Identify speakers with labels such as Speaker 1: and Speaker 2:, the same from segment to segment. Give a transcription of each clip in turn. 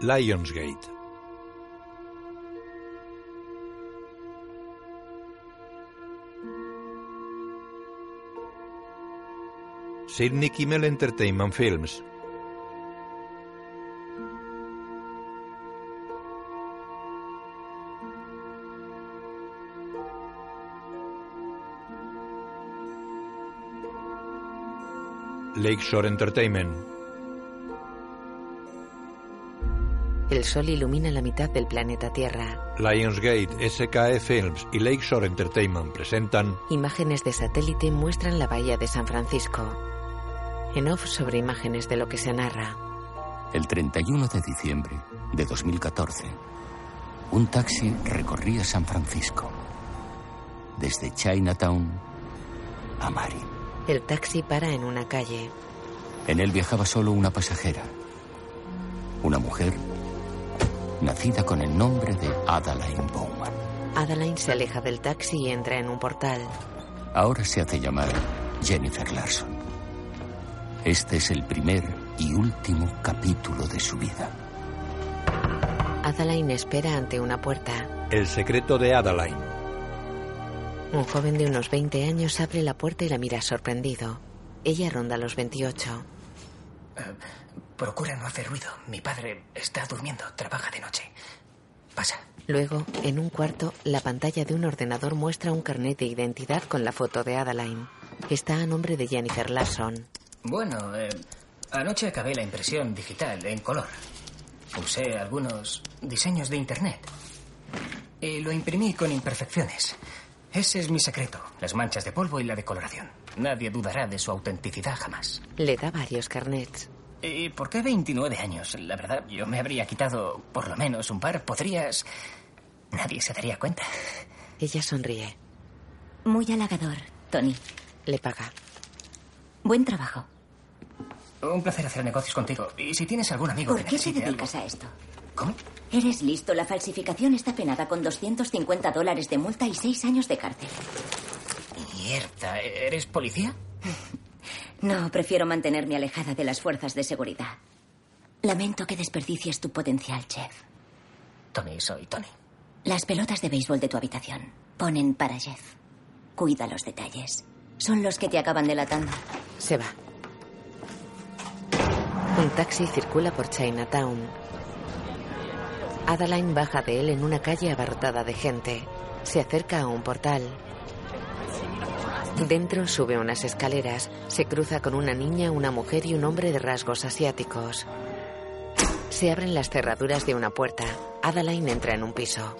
Speaker 1: Lionsgate. Sidney Kimmel Entertainment Films. Lakeshore Entertainment.
Speaker 2: El sol ilumina la mitad del planeta Tierra.
Speaker 1: Lionsgate, SKE Films y Lakeshore Entertainment presentan
Speaker 2: Imágenes de satélite muestran la bahía de San Francisco. En off sobre imágenes de lo que se narra.
Speaker 3: El 31 de diciembre de 2014, un taxi recorría San Francisco, desde Chinatown a Mari.
Speaker 2: El taxi para en una calle.
Speaker 3: En él viajaba solo una pasajera, una mujer nacida con el nombre de Adaline Bowman.
Speaker 2: Adeline se aleja del taxi y entra en un portal.
Speaker 3: Ahora se hace llamar Jennifer Larson. Este es el primer y último capítulo de su vida.
Speaker 2: Adeline espera ante una puerta.
Speaker 1: El secreto de Adaline.
Speaker 2: Un joven de unos 20 años abre la puerta y la mira sorprendido. Ella ronda los 28.
Speaker 4: Eh, procura no hacer ruido. Mi padre está durmiendo, trabaja de noche. Pasa.
Speaker 2: Luego, en un cuarto, la pantalla de un ordenador muestra un carnet de identidad con la foto de Adaline. Está a nombre de Jennifer Larson.
Speaker 4: Bueno, eh, anoche acabé la impresión digital en color. Usé algunos diseños de internet. Y lo imprimí con imperfecciones. Ese es mi secreto, las manchas de polvo y la decoloración. Nadie dudará de su autenticidad jamás.
Speaker 2: Le da varios carnets.
Speaker 4: ¿Y por qué 29 años? La verdad, yo me habría quitado por lo menos un par. Podrías... Nadie se daría cuenta.
Speaker 2: Ella sonríe.
Speaker 5: Muy halagador, Tony.
Speaker 2: Le paga.
Speaker 5: Buen trabajo.
Speaker 4: Un placer hacer negocios contigo. Y si tienes algún amigo
Speaker 5: ¿Por
Speaker 4: que
Speaker 5: qué te
Speaker 4: necesite
Speaker 5: dedicas
Speaker 4: algo-
Speaker 5: a esto?
Speaker 4: ¿Cómo?
Speaker 5: Eres listo. La falsificación está penada con 250 dólares de multa y 6 años de cárcel.
Speaker 4: Mierda, ¿eres policía?
Speaker 5: No, prefiero mantenerme alejada de las fuerzas de seguridad. Lamento que desperdicies tu potencial, Jeff.
Speaker 4: Tony, soy Tony.
Speaker 5: Las pelotas de béisbol de tu habitación ponen para Jeff. Cuida los detalles. Son los que te acaban delatando.
Speaker 2: Se va. Un taxi circula por Chinatown. Adeline baja de él en una calle abarrotada de gente. Se acerca a un portal. Dentro sube unas escaleras. Se cruza con una niña, una mujer y un hombre de rasgos asiáticos. Se abren las cerraduras de una puerta. Adeline entra en un piso.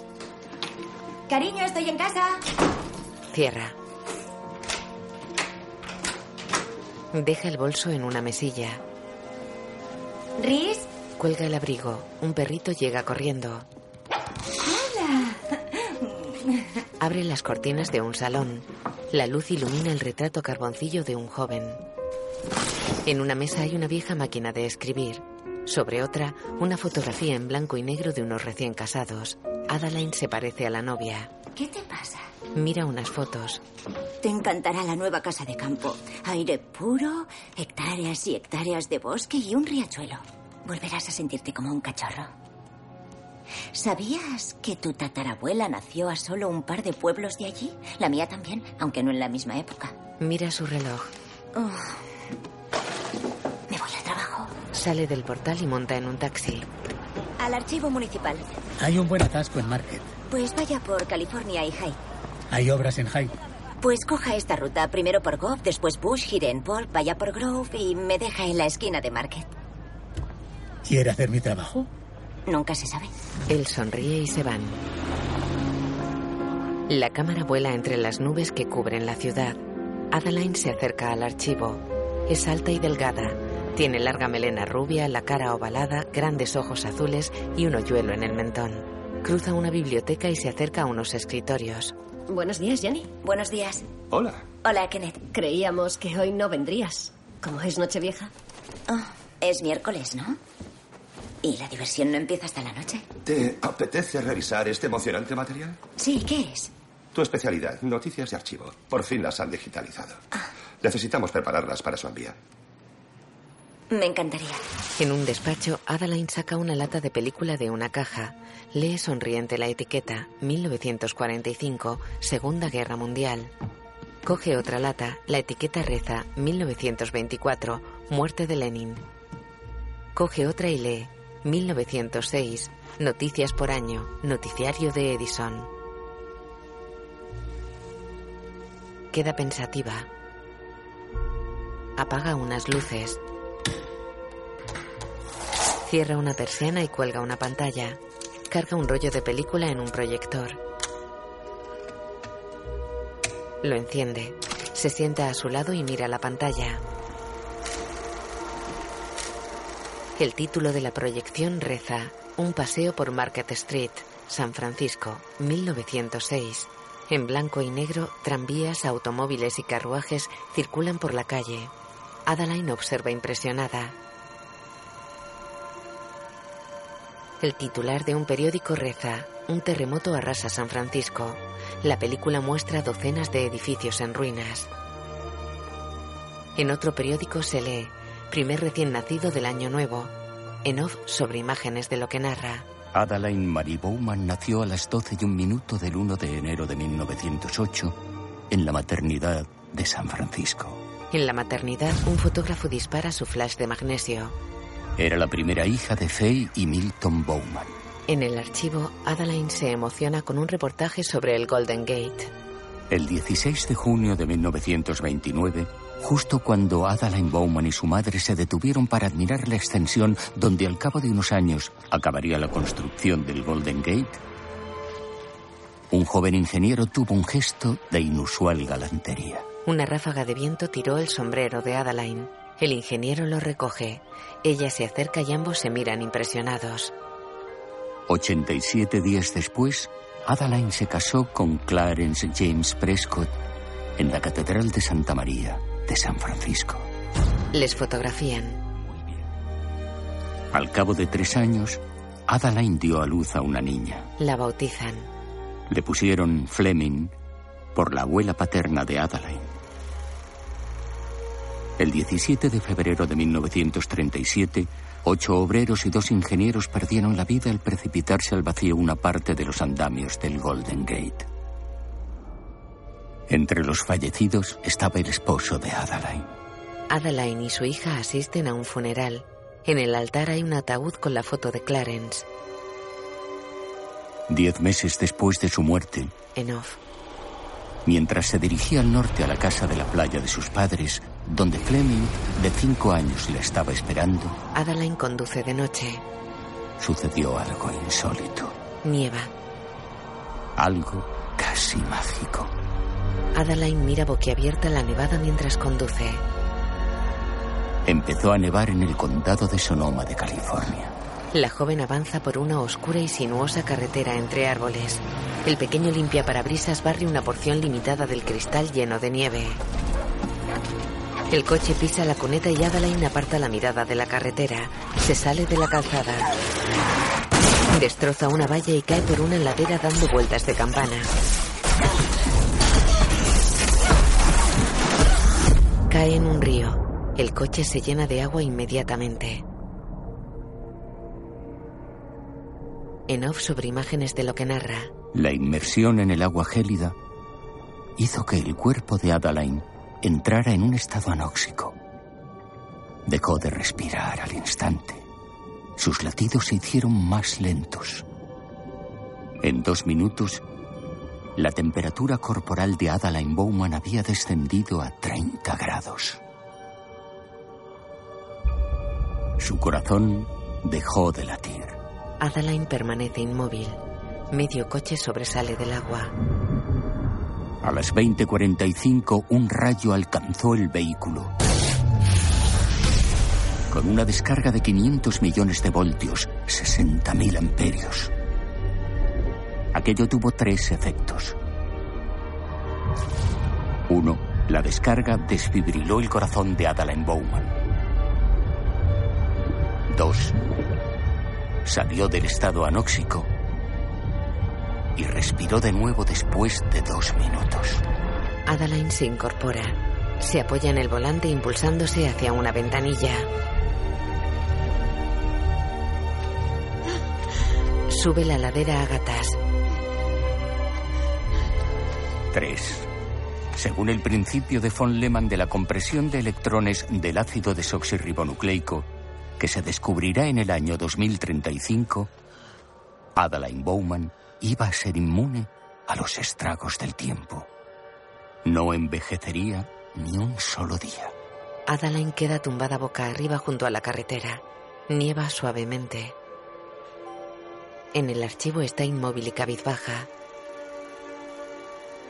Speaker 5: Cariño, estoy en casa.
Speaker 2: Cierra. Deja el bolso en una mesilla.
Speaker 5: Rhys.
Speaker 2: Cuelga el abrigo. Un perrito llega corriendo. Abre las cortinas de un salón. La luz ilumina el retrato carboncillo de un joven. En una mesa hay una vieja máquina de escribir. Sobre otra, una fotografía en blanco y negro de unos recién casados. Adaline se parece a la novia.
Speaker 5: ¿Qué te pasa?
Speaker 2: Mira unas fotos.
Speaker 5: Te encantará la nueva casa de campo. Aire puro, hectáreas y hectáreas de bosque y un riachuelo. Volverás a sentirte como un cachorro. ¿Sabías que tu tatarabuela nació a solo un par de pueblos de allí? La mía también, aunque no en la misma época.
Speaker 2: Mira su reloj.
Speaker 5: Me voy al trabajo.
Speaker 2: Sale del portal y monta en un taxi.
Speaker 5: Al archivo municipal.
Speaker 6: Hay un buen atasco en Market.
Speaker 5: Pues vaya por California y Hyde.
Speaker 6: Hay obras en Hyde.
Speaker 5: Pues coja esta ruta, primero por Goff, después Bush, gire en Paul, vaya por Grove y me deja en la esquina de Market.
Speaker 6: ¿Quiere hacer mi trabajo?
Speaker 5: Nunca se sabe.
Speaker 2: Él sonríe y se van. La cámara vuela entre las nubes que cubren la ciudad. Adeline se acerca al archivo. Es alta y delgada. Tiene larga melena rubia, la cara ovalada, grandes ojos azules y un hoyuelo en el mentón. Cruza una biblioteca y se acerca a unos escritorios.
Speaker 7: Buenos días, Jenny.
Speaker 5: Buenos días.
Speaker 8: Hola.
Speaker 5: Hola, Kenneth.
Speaker 7: Creíamos que hoy no vendrías. Como es Nochevieja.
Speaker 5: Ah, es miércoles, ¿no? ¿Y la diversión no empieza hasta la noche?
Speaker 8: ¿Te apetece revisar este emocionante material?
Speaker 5: Sí, ¿qué es?
Speaker 8: Tu especialidad, noticias de archivo.
Speaker 5: Ah.
Speaker 8: Por fin las han digitalizado. Necesitamos prepararlas para su envío.
Speaker 5: Me encantaría.
Speaker 2: En un despacho, Adeline saca una lata de película de una caja. Lee sonriente la etiqueta 1945, Segunda Guerra Mundial. Coge otra lata, la etiqueta reza 1924, Muerte de Lenin. Coge otra y lee 1906, Noticias por año, Noticiario de Edison. Queda pensativa. Apaga unas luces. Cierra una persiana y cuelga una pantalla. Carga un rollo de película en un proyector. Lo enciende. Se sienta a su lado y mira la pantalla. El título de la proyección reza Un paseo por Market Street, San Francisco, 1906. En blanco y negro, tranvías, automóviles y carruajes circulan por la calle. Adeline observa impresionada. El titular de un periódico reza, Un terremoto arrasa San Francisco. La película muestra docenas de edificios en ruinas. En otro periódico se lee, Primer recién nacido del año nuevo, en off sobre imágenes de lo que narra.
Speaker 3: Adeline Marie Bowman nació a las 12 y un minuto del 1 de enero de 1908 en la maternidad de San Francisco.
Speaker 2: En la maternidad, un fotógrafo dispara su flash de magnesio.
Speaker 3: Era la primera hija de Faye y Milton Bowman.
Speaker 2: En el archivo, Adeline se emociona con un reportaje sobre el Golden Gate.
Speaker 3: El 16 de junio de 1929, justo cuando Adeline Bowman y su madre se detuvieron para admirar la extensión donde al cabo de unos años acabaría la construcción del Golden Gate, un joven ingeniero tuvo un gesto de inusual galantería.
Speaker 2: Una ráfaga de viento tiró el sombrero de Adeline. El ingeniero lo recoge. Ella se acerca y ambos se miran impresionados.
Speaker 3: 87 días después, Adeline se casó con Clarence James Prescott en la Catedral de Santa María de San Francisco.
Speaker 2: Les fotografían.
Speaker 3: Al cabo de tres años, Adeline dio a luz a una niña.
Speaker 2: La bautizan.
Speaker 3: Le pusieron Fleming por la abuela paterna de Adeline. El 17 de febrero de 1937, ocho obreros y dos ingenieros perdieron la vida al precipitarse al vacío una parte de los andamios del Golden Gate. Entre los fallecidos estaba el esposo de Adeline.
Speaker 2: Adeline y su hija asisten a un funeral. En el altar hay un ataúd con la foto de Clarence.
Speaker 3: Diez meses después de su muerte,
Speaker 2: En off.
Speaker 3: mientras se dirigía al norte a la casa de la playa de sus padres, donde Fleming, de cinco años, la estaba esperando,
Speaker 2: Adeline conduce de noche.
Speaker 3: sucedió algo insólito,
Speaker 2: Nieva.
Speaker 3: algo casi mágico.
Speaker 2: Adeline mira boquiabierta la nevada mientras conduce.
Speaker 3: Empezó a nevar en el condado de Sonoma de California.
Speaker 2: La joven avanza por una oscura y sinuosa carretera entre árboles. El pequeño limpiaparabrisas barre una porción limitada del cristal lleno de nieve. El coche pisa la cuneta y Adeline aparta la mirada de la carretera. Se sale de la calzada. Destroza una valla y cae por una ladera dando vueltas de campana. Cae en un río. El coche se llena de agua inmediatamente. En off sobre imágenes de lo que narra.
Speaker 3: La inmersión en el agua gélida hizo que el cuerpo de Adeline entrara en un estado anóxico. Dejó de respirar al instante. Sus latidos se hicieron más lentos. En dos minutos, la temperatura corporal de Adeline Bowman había descendido a 30 grados. Su corazón dejó de latir.
Speaker 2: Adeline permanece inmóvil. Medio coche sobresale del agua.
Speaker 3: A las 20:45 un rayo alcanzó el vehículo. Con una descarga de 500 millones de voltios, 60.000 amperios. Aquello tuvo tres efectos. Uno, la descarga desfibriló el corazón de Adeline Bowman. Dos, salió del estado anóxico y respiró de nuevo después de dos minutos.
Speaker 2: Adeline se incorpora. Se apoya en el volante impulsándose hacia una ventanilla. Sube la ladera a gatas.
Speaker 3: Tres. Según el principio de von Lehmann de la compresión de electrones del ácido desoxirribonucleico, que se descubrirá en el año 2035, Adeline Bowman iba a ser inmune a los estragos del tiempo. No envejecería ni un solo día.
Speaker 2: Adeline queda tumbada boca arriba junto a la carretera. Nieva suavemente. En el archivo está inmóvil y cabizbaja.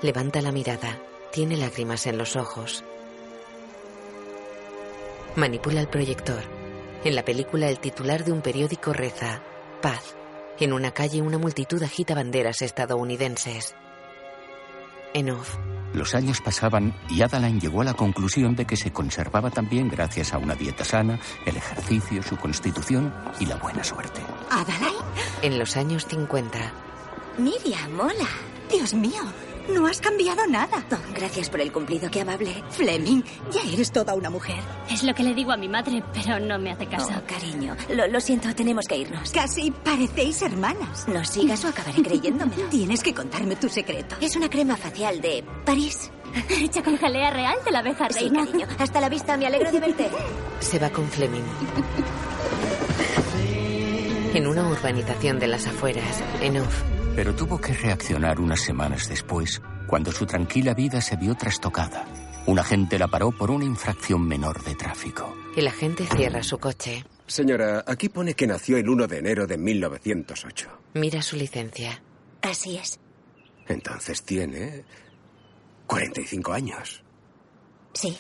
Speaker 2: Levanta la mirada. Tiene lágrimas en los ojos. Manipula el proyector. En la película el titular de un periódico reza Paz. En una calle una multitud agita banderas estadounidenses. En off.
Speaker 3: Los años pasaban y Adeline llegó a la conclusión de que se conservaba también gracias a una dieta sana, el ejercicio, su constitución y la buena suerte.
Speaker 5: ¿Adalai?
Speaker 2: En los años 50.
Speaker 5: Miriam, hola.
Speaker 9: Dios mío, no has cambiado nada.
Speaker 5: Oh, gracias por el cumplido, qué amable.
Speaker 9: Fleming, ya eres toda una mujer.
Speaker 10: Es lo que le digo a mi madre, pero no me hace caso.
Speaker 5: Oh, cariño, lo, lo siento, tenemos que irnos.
Speaker 9: Casi parecéis hermanas.
Speaker 5: No sigas o acabaré creyéndomelo.
Speaker 9: Tienes que contarme tu secreto.
Speaker 5: Es una crema facial de París.
Speaker 10: Hecha con jalea real de la abeja
Speaker 5: Sí,
Speaker 10: reina.
Speaker 5: cariño. Hasta la vista, me alegro de verte.
Speaker 2: Se va con Fleming. En una urbanización de las afueras, en off.
Speaker 3: Pero tuvo que reaccionar unas semanas después, cuando su tranquila vida se vio trastocada. Un agente la paró por una infracción menor de tráfico.
Speaker 2: El agente cierra su coche.
Speaker 11: Señora, aquí pone que nació el 1 de enero de 1908.
Speaker 2: Mira su licencia.
Speaker 5: Así es.
Speaker 11: Entonces tiene 45 años.
Speaker 5: Sí.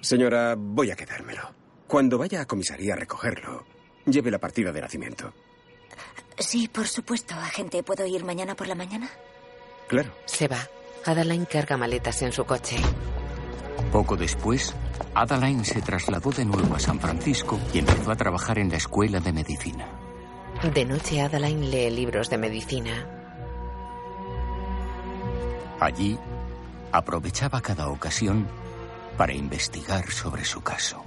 Speaker 11: Señora, voy a quedármelo. Cuando vaya a comisaría a recogerlo, lleve la partida de nacimiento.
Speaker 5: Sí, por supuesto, agente. ¿Puedo ir mañana por la mañana?
Speaker 11: Claro.
Speaker 2: Se va. Adeline carga maletas en su coche.
Speaker 3: Poco después, Adeline se trasladó de nuevo a San Francisco y empezó a trabajar en la escuela de medicina.
Speaker 2: De noche, Adeline lee libros de medicina.
Speaker 3: Allí, aprovechaba cada ocasión para investigar sobre su caso.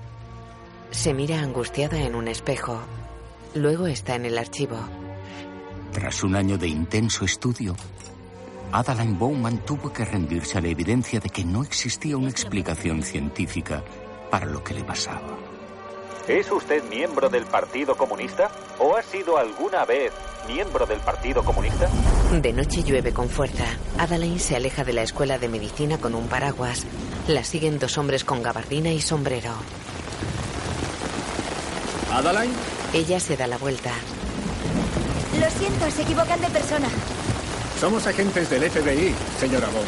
Speaker 2: Se mira angustiada en un espejo. Luego está en el archivo.
Speaker 3: Tras un año de intenso estudio, Adeline Bowman tuvo que rendirse a la evidencia de que no existía una explicación científica para lo que le pasaba.
Speaker 12: ¿Es usted miembro del Partido Comunista? ¿O ha sido alguna vez miembro del Partido Comunista?
Speaker 2: De noche llueve con fuerza. Adeline se aleja de la escuela de medicina con un paraguas. La siguen dos hombres con gabardina y sombrero.
Speaker 1: ¿Adeline?
Speaker 2: Ella se da la vuelta.
Speaker 5: Lo siento, se equivocan de persona.
Speaker 1: Somos agentes del FBI, señora Bowman.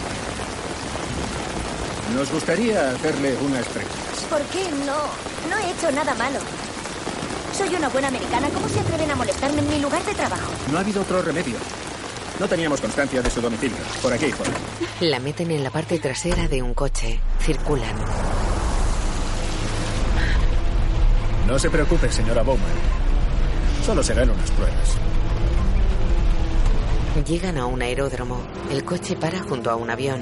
Speaker 1: Nos gustaría hacerle unas preguntas.
Speaker 5: ¿Por qué no? No he hecho nada malo. Soy una buena americana. ¿Cómo se atreven a molestarme en mi lugar de trabajo?
Speaker 1: No ha habido otro remedio. No teníamos constancia de su domicilio. Por aquí, por aquí.
Speaker 2: La meten en la parte trasera de un coche. Circulan.
Speaker 1: No se preocupe, señora Bowman. Solo serán unas pruebas.
Speaker 2: Llegan a un aeródromo. El coche para junto a un avión.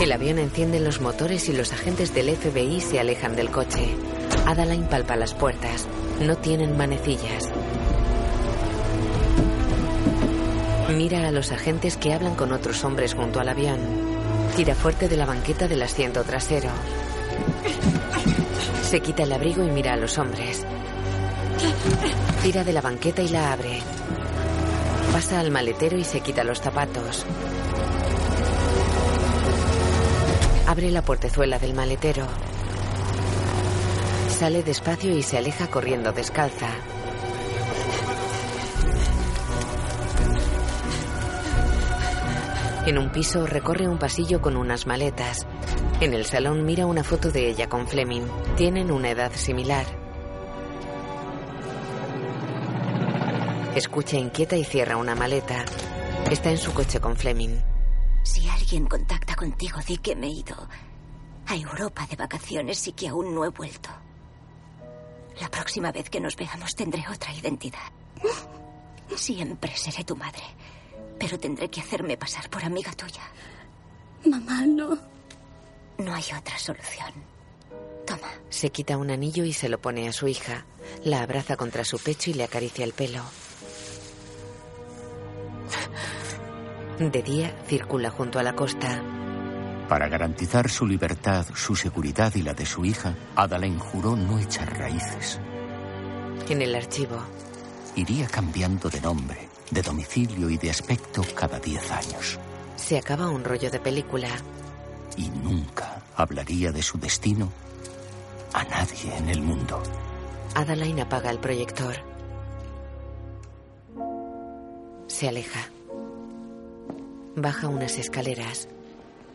Speaker 2: El avión enciende los motores y los agentes del FBI se alejan del coche. Adeline palpa las puertas. No tienen manecillas. Mira a los agentes que hablan con otros hombres junto al avión. Tira fuerte de la banqueta del asiento trasero. Se quita el abrigo y mira a los hombres. Tira de la banqueta y la abre. Pasa al maletero y se quita los zapatos. Abre la portezuela del maletero. Sale despacio y se aleja corriendo descalza. En un piso recorre un pasillo con unas maletas. En el salón mira una foto de ella con Fleming. Tienen una edad similar. Escucha inquieta y cierra una maleta. Está en su coche con Fleming.
Speaker 5: Si alguien contacta contigo, di que me he ido a Europa de vacaciones y que aún no he vuelto. La próxima vez que nos veamos tendré otra identidad. Siempre seré tu madre, pero tendré que hacerme pasar por amiga tuya.
Speaker 9: Mamá, no.
Speaker 5: No hay otra solución. Toma,
Speaker 2: Se quita un anillo y se lo pone a su hija. La abraza contra su pecho y le acaricia el pelo. De día circula junto a la costa.
Speaker 3: Para garantizar su libertad, su seguridad y la de su hija, Adalain juró no echar raíces.
Speaker 2: En el archivo,
Speaker 3: Iría cambiando de nombre, de domicilio y de aspecto cada 10 años.
Speaker 2: se acaba un rollo de película.
Speaker 3: Y nunca hablaría de su destino a nadie en el mundo.
Speaker 2: Adaline apaga el proyector. Se aleja. Baja unas escaleras.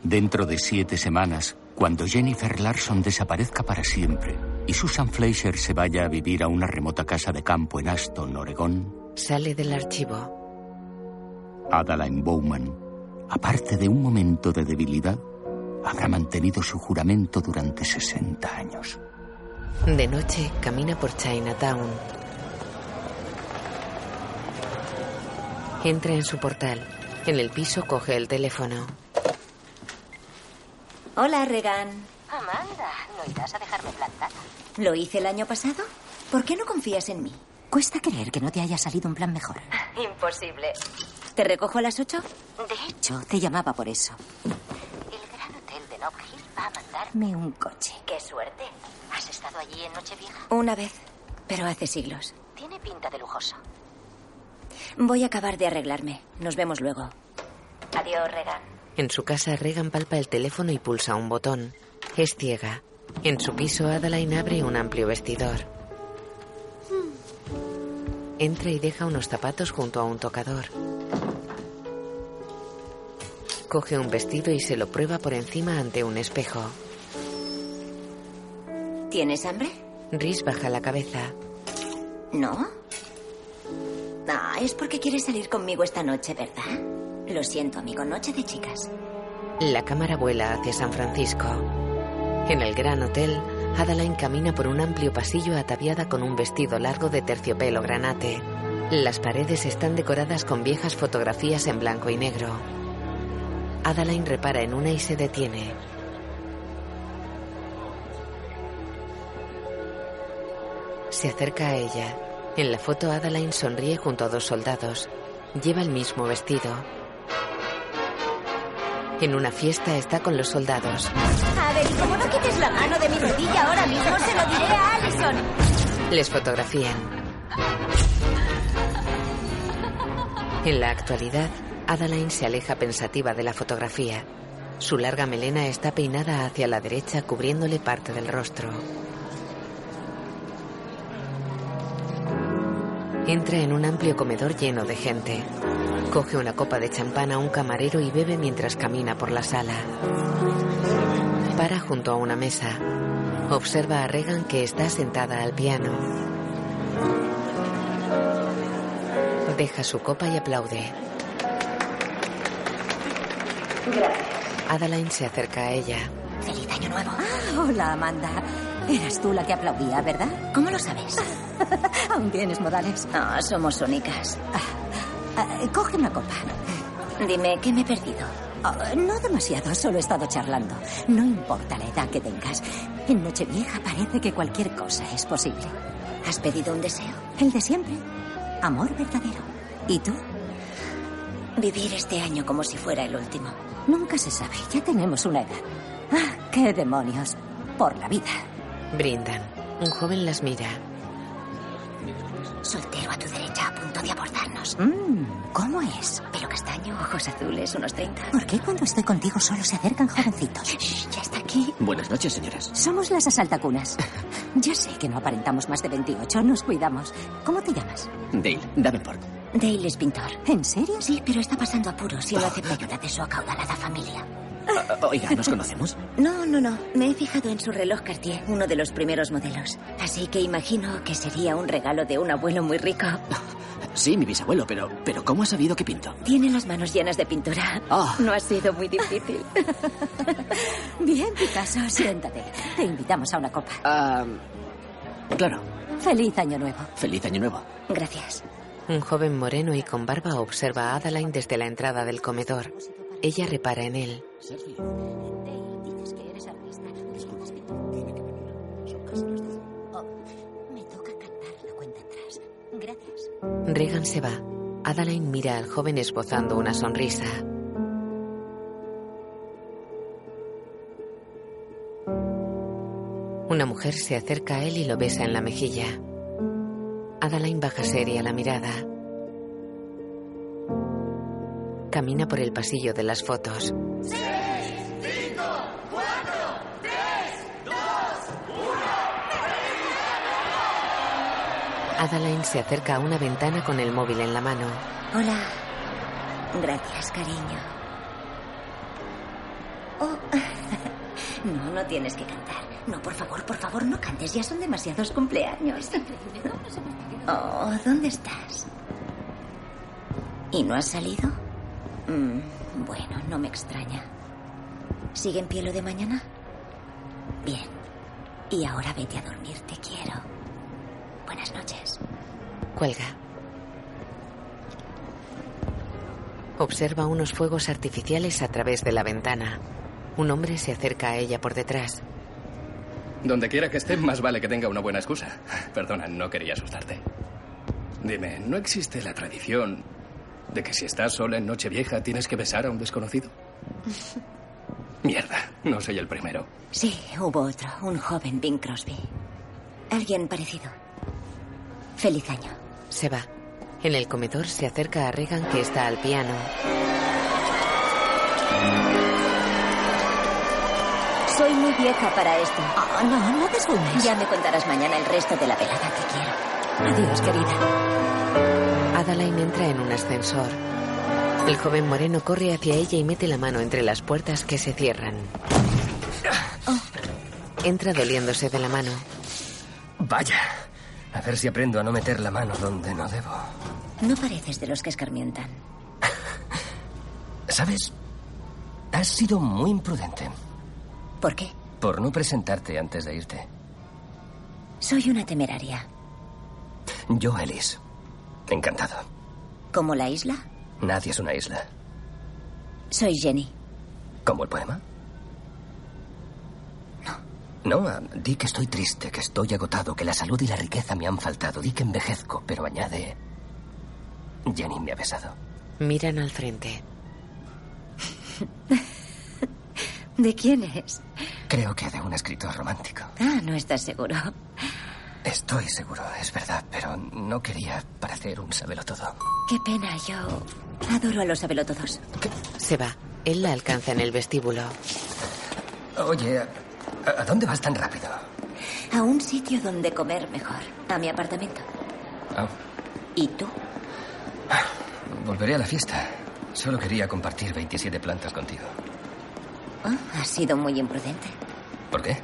Speaker 3: Dentro de siete semanas, cuando Jennifer Larson desaparezca para siempre y Susan Fleischer se vaya a vivir a una remota casa de campo en Aston, Oregón,
Speaker 2: Sale del archivo.
Speaker 3: Adaline Bowman, aparte de un momento de debilidad, habrá mantenido su juramento durante 60 años.
Speaker 2: De noche camina por Chinatown. Entra en su portal. En el piso coge el teléfono.
Speaker 5: Hola, Regan.
Speaker 9: Amanda, ¿no irás a dejarme plantada?
Speaker 5: ¿Lo hice el año pasado? ¿Por qué no confías en mí? Cuesta creer que no te haya salido un plan mejor.
Speaker 9: Imposible.
Speaker 5: ¿Te recojo a las ocho?
Speaker 9: De hecho,
Speaker 5: Yo te llamaba por eso.
Speaker 9: el gran hotel de Nob Hill va a mandar...
Speaker 5: Me un coche.
Speaker 9: ¡Qué suerte! ¿Has estado allí en Nochevieja?
Speaker 5: Una vez, pero hace siglos.
Speaker 9: Tiene pinta de lujoso.
Speaker 5: Voy a acabar de arreglarme. Nos vemos luego.
Speaker 9: Adiós, Regan.
Speaker 2: En su casa, Regan palpa el teléfono y pulsa un botón. Es ciega. En su piso, Adeline abre un amplio vestidor. Entra y deja unos zapatos junto a un tocador. Coge un vestido y se lo prueba por encima ante un espejo.
Speaker 5: ¿Tienes hambre?
Speaker 2: Rhys baja la cabeza.
Speaker 5: ¿No? Ah, es porque quieres salir conmigo esta noche, ¿verdad? Lo siento, amigo. Noche de chicas.
Speaker 2: La cámara vuela hacia San Francisco. En el gran hotel, Adeline camina por un amplio pasillo ataviada con un vestido largo de terciopelo granate. Las paredes están decoradas con viejas fotografías en blanco y negro. Adeline repara en una y se detiene. Se acerca a ella. En la foto Adeline sonríe junto a dos soldados. Lleva el mismo vestido. En una fiesta está con los soldados.
Speaker 9: A ver, y como no quites la mano de mi rodilla ahora mismo, se lo diré a Allison.
Speaker 2: Les fotografían. En la actualidad, Adeline se aleja pensativa de la fotografía. Su larga melena está peinada hacia la derecha, cubriéndole parte del rostro. Entra en un amplio comedor lleno de gente. Coge una copa de champán a un camarero y bebe mientras camina por la sala. Para junto a una mesa. Observa a Regan que está sentada al piano. Deja su copa y aplaude. Adeline se acerca a ella.
Speaker 5: Feliz año nuevo. Ah, hola, Amanda. Eras tú la que aplaudía, ¿verdad? ¿Cómo lo sabes? Aún tienes modales. No, somos únicas. coge una copa. Dime, ¿qué me he perdido? no demasiado, solo he estado charlando. No importa la edad que tengas. En Nochevieja parece que cualquier cosa es posible. ¿Has pedido un deseo? El de siempre. Amor verdadero. ¿Y tú? Vivir este año como si fuera el último. Nunca se sabe, ya tenemos una edad. Ah, qué demonios. Por la vida.
Speaker 2: Brindan. Un joven las mira.
Speaker 5: Soltero a tu derecha, a punto de abordarnos. ¿Cómo es? Pelo castaño, ojos azules, unos 30. Mm. ¿Por qué cuando estoy contigo solo se acercan jovencitos? ya está aquí.
Speaker 13: Buenas noches, señoras.
Speaker 5: Somos las asaltacunas. Ya sé que no aparentamos más de 28, nos cuidamos. ¿Cómo te llamas?
Speaker 13: Dale, Davenport.
Speaker 5: Dale es pintor. ¿En serio? Sí, pero está pasando apuros y no acepta ayuda de su acaudalada familia.
Speaker 13: O- Ah, Oiga, ¿nos conocemos?
Speaker 5: No, no, no. Me he fijado en su reloj Cartier, uno de los primeros modelos. Así que imagino que sería un regalo de un abuelo muy rico.
Speaker 13: Sí, mi bisabuelo, pero, pero ¿cómo ha sabido que pinto?
Speaker 5: Tiene las manos llenas de pintura. No ha sido muy difícil. Bien, Picasso, siéntate. Te invitamos a una copa.
Speaker 13: claro.
Speaker 5: Feliz año nuevo.
Speaker 13: Feliz año nuevo.
Speaker 5: Gracias.
Speaker 2: Un joven moreno y con barba observa a Adeline desde la entrada del comedor. Ella repara en él.
Speaker 5: Me toca Oh, cantar la cuenta atrás. Gracias.
Speaker 2: Regan se va. Adeline mira al joven esbozando una sonrisa. Una mujer se acerca a él y lo besa en la mejilla. Adeline baja seria la mirada. Camina por el pasillo de las fotos. Adeline se acerca a una ventana con el móvil en la mano.
Speaker 5: Hola. Gracias, cariño. Oh. No, no tienes que cantar. No, por favor, por favor, no cantes. Ya son demasiados cumpleaños. Oh, ¿dónde estás? ¿Y no has salido? Mm, bueno, no me extraña. ¿Sigue en pie lo de mañana? Bien. Y ahora vete a dormir, te quiero. Buenas noches.
Speaker 2: Cuelga. Observa unos fuegos artificiales a través de la ventana. Un hombre se acerca a ella por detrás.
Speaker 14: Donde quiera que esté, más vale que tenga una buena excusa. Perdona, no quería asustarte. Dime, ¿no existe la tradición de que si estás sola en Nochevieja tienes que besar a un desconocido? Mierda, no soy el primero.
Speaker 5: Sí, hubo otro, un joven Bing Crosby. Alguien parecido. Feliz año.
Speaker 2: Se va. En el comedor se acerca a Regan que está al piano.
Speaker 5: Soy muy vieja para esto. Oh, no, no te sumes. Ya me contarás mañana el resto de la velada, te quiero. Adiós, querida.
Speaker 2: Adeline entra en un ascensor. El joven moreno corre hacia ella y mete la mano entre las puertas que se cierran. Entra doliéndose de la mano.
Speaker 4: Vaya. A ver si aprendo a no meter la mano donde no debo.
Speaker 5: No pareces de los que escarmientan.
Speaker 4: ¿Sabes? Has sido muy imprudente.
Speaker 5: ¿Por qué?
Speaker 4: Por no presentarte antes de irte.
Speaker 5: Soy una temeraria.
Speaker 4: Yo, Ellis. Encantado.
Speaker 5: ¿Como la isla?
Speaker 4: Nadie es una isla.
Speaker 5: Soy Jenny.
Speaker 4: ¿Como el poema? No. No, ah, di que estoy triste, que estoy agotado, que la salud y la riqueza me han faltado. Di que envejezco, pero añade... Jenny me ha besado.
Speaker 2: Miran al frente.
Speaker 5: ¿De quién es?
Speaker 4: Creo que de un escritor romántico.
Speaker 5: Ah, no estás seguro.
Speaker 4: Estoy seguro, es verdad, pero no quería parecer un sabelotodo.
Speaker 5: Qué pena, yo adoro a los abelotodos.
Speaker 2: Se va. Él la alcanza en el vestíbulo.
Speaker 4: Oye, ¿a, a dónde vas tan rápido?
Speaker 5: A un sitio donde comer mejor. A mi apartamento.
Speaker 4: Ah,
Speaker 5: ¿Y tú?
Speaker 4: volveré a la fiesta. Solo quería compartir 27 plantas contigo.
Speaker 5: Ah, has sido muy imprudente.
Speaker 4: ¿Por qué?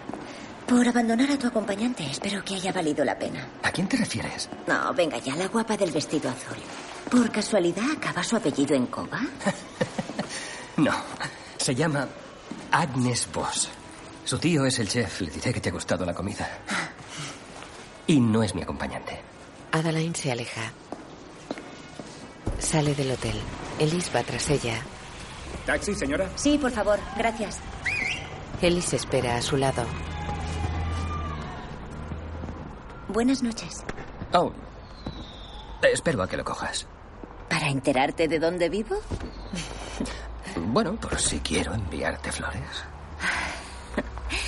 Speaker 5: Por abandonar a tu acompañante. Espero que haya valido la pena.
Speaker 4: ¿A quién te refieres?
Speaker 5: No, venga ya, la guapa del vestido azul. ¿Por casualidad acaba su apellido en Coba?
Speaker 4: No, se llama Agnes Voss. Su tío es el chef. Le diré que te ha gustado la comida. Y no es mi acompañante.
Speaker 2: Adeline se aleja. Sale del hotel. Ellis va tras ella.
Speaker 1: ¿Taxi, señora?
Speaker 5: Sí, por favor, gracias.
Speaker 2: Ellis espera a su lado.
Speaker 5: Buenas noches.
Speaker 4: Oh. Eh, Espero a que lo cojas.
Speaker 5: ¿Para enterarte de dónde vivo?
Speaker 4: Bueno, por si quiero enviarte flores.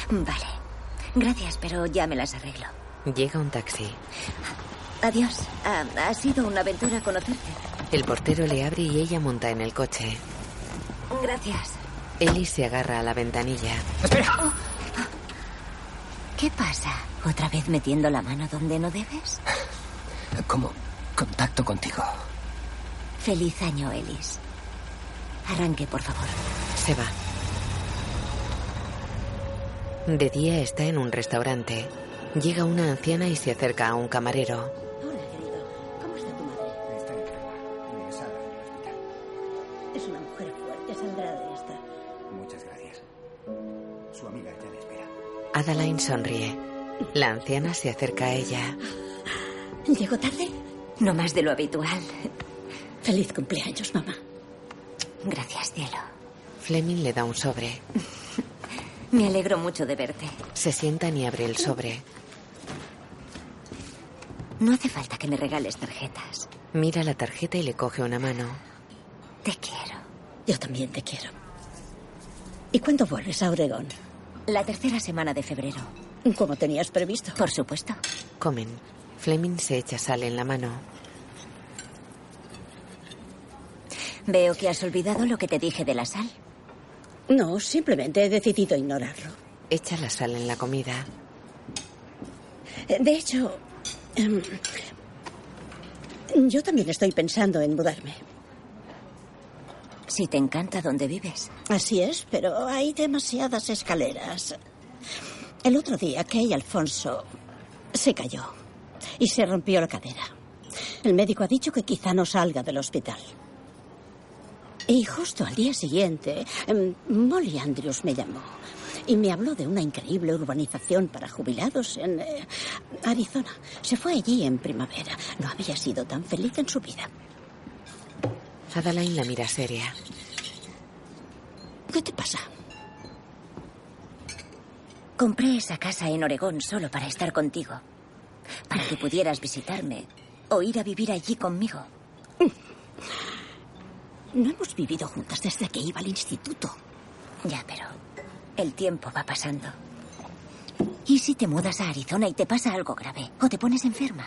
Speaker 5: Vale. Gracias, pero ya me las arreglo.
Speaker 2: Llega un taxi.
Speaker 5: Adiós. Ah, ha sido una aventura conocerte.
Speaker 2: El portero le abre y ella monta en el coche.
Speaker 5: Gracias. Oh,
Speaker 2: Ellie se agarra a la ventanilla.
Speaker 5: ¿Qué pasa? ¿Otra vez metiendo la mano donde no debes?
Speaker 4: ¿Cómo? Contacto contigo.
Speaker 5: Feliz año, Ellis. Arranque, por favor.
Speaker 2: Se va. De día está en un restaurante. Llega una anciana y se acerca a un camarero.
Speaker 15: Es una mujer fuerte, saldrá de esta.
Speaker 1: Muchas gracias. Su amiga ya le espera.
Speaker 2: Adeline sonríe. La anciana se acerca a ella.
Speaker 15: ¿Llego tarde?
Speaker 5: No más de lo habitual.
Speaker 15: Feliz cumpleaños, mamá.
Speaker 5: Gracias, cielo.
Speaker 2: Fleming le da un sobre.
Speaker 5: Me alegro mucho de verte.
Speaker 2: Se sientan y abre el sobre.
Speaker 5: No hace falta que me regales tarjetas.
Speaker 2: Mira la tarjeta y le coge una mano.
Speaker 5: Te quiero.
Speaker 15: Yo también te quiero. ¿Y cuándo vuelves a Oregón?
Speaker 5: La tercera semana de febrero.
Speaker 15: Como tenías previsto.
Speaker 5: Por supuesto.
Speaker 2: Comen. Fleming se echa sal en la mano.
Speaker 5: Veo que has olvidado lo que te dije de la sal.
Speaker 15: No, simplemente he decidido ignorarlo.
Speaker 2: Echa la sal en la comida.
Speaker 15: De hecho, em, yo también estoy pensando en mudarme.
Speaker 5: Si te encanta donde vives.
Speaker 15: Así es, pero hay demasiadas escaleras. El otro día, Kay Alfonso se cayó y se rompió la cadera. El médico ha dicho que quizá no salga del hospital. Y justo al día siguiente, em, Molly Andrews me llamó y me habló de una increíble urbanización para jubilados en eh, Arizona. Se fue allí en primavera. No había sido tan feliz en su vida.
Speaker 2: Adaline la mira seria.
Speaker 15: ¿Qué te pasa?
Speaker 5: Compré esa casa en Oregón solo para estar contigo. Para que pudieras visitarme o ir a vivir allí conmigo.
Speaker 15: No hemos vivido juntas desde que iba al instituto.
Speaker 5: Ya, pero el tiempo va pasando. ¿Y si te mudas a Arizona y te pasa algo grave? ¿O te pones enferma?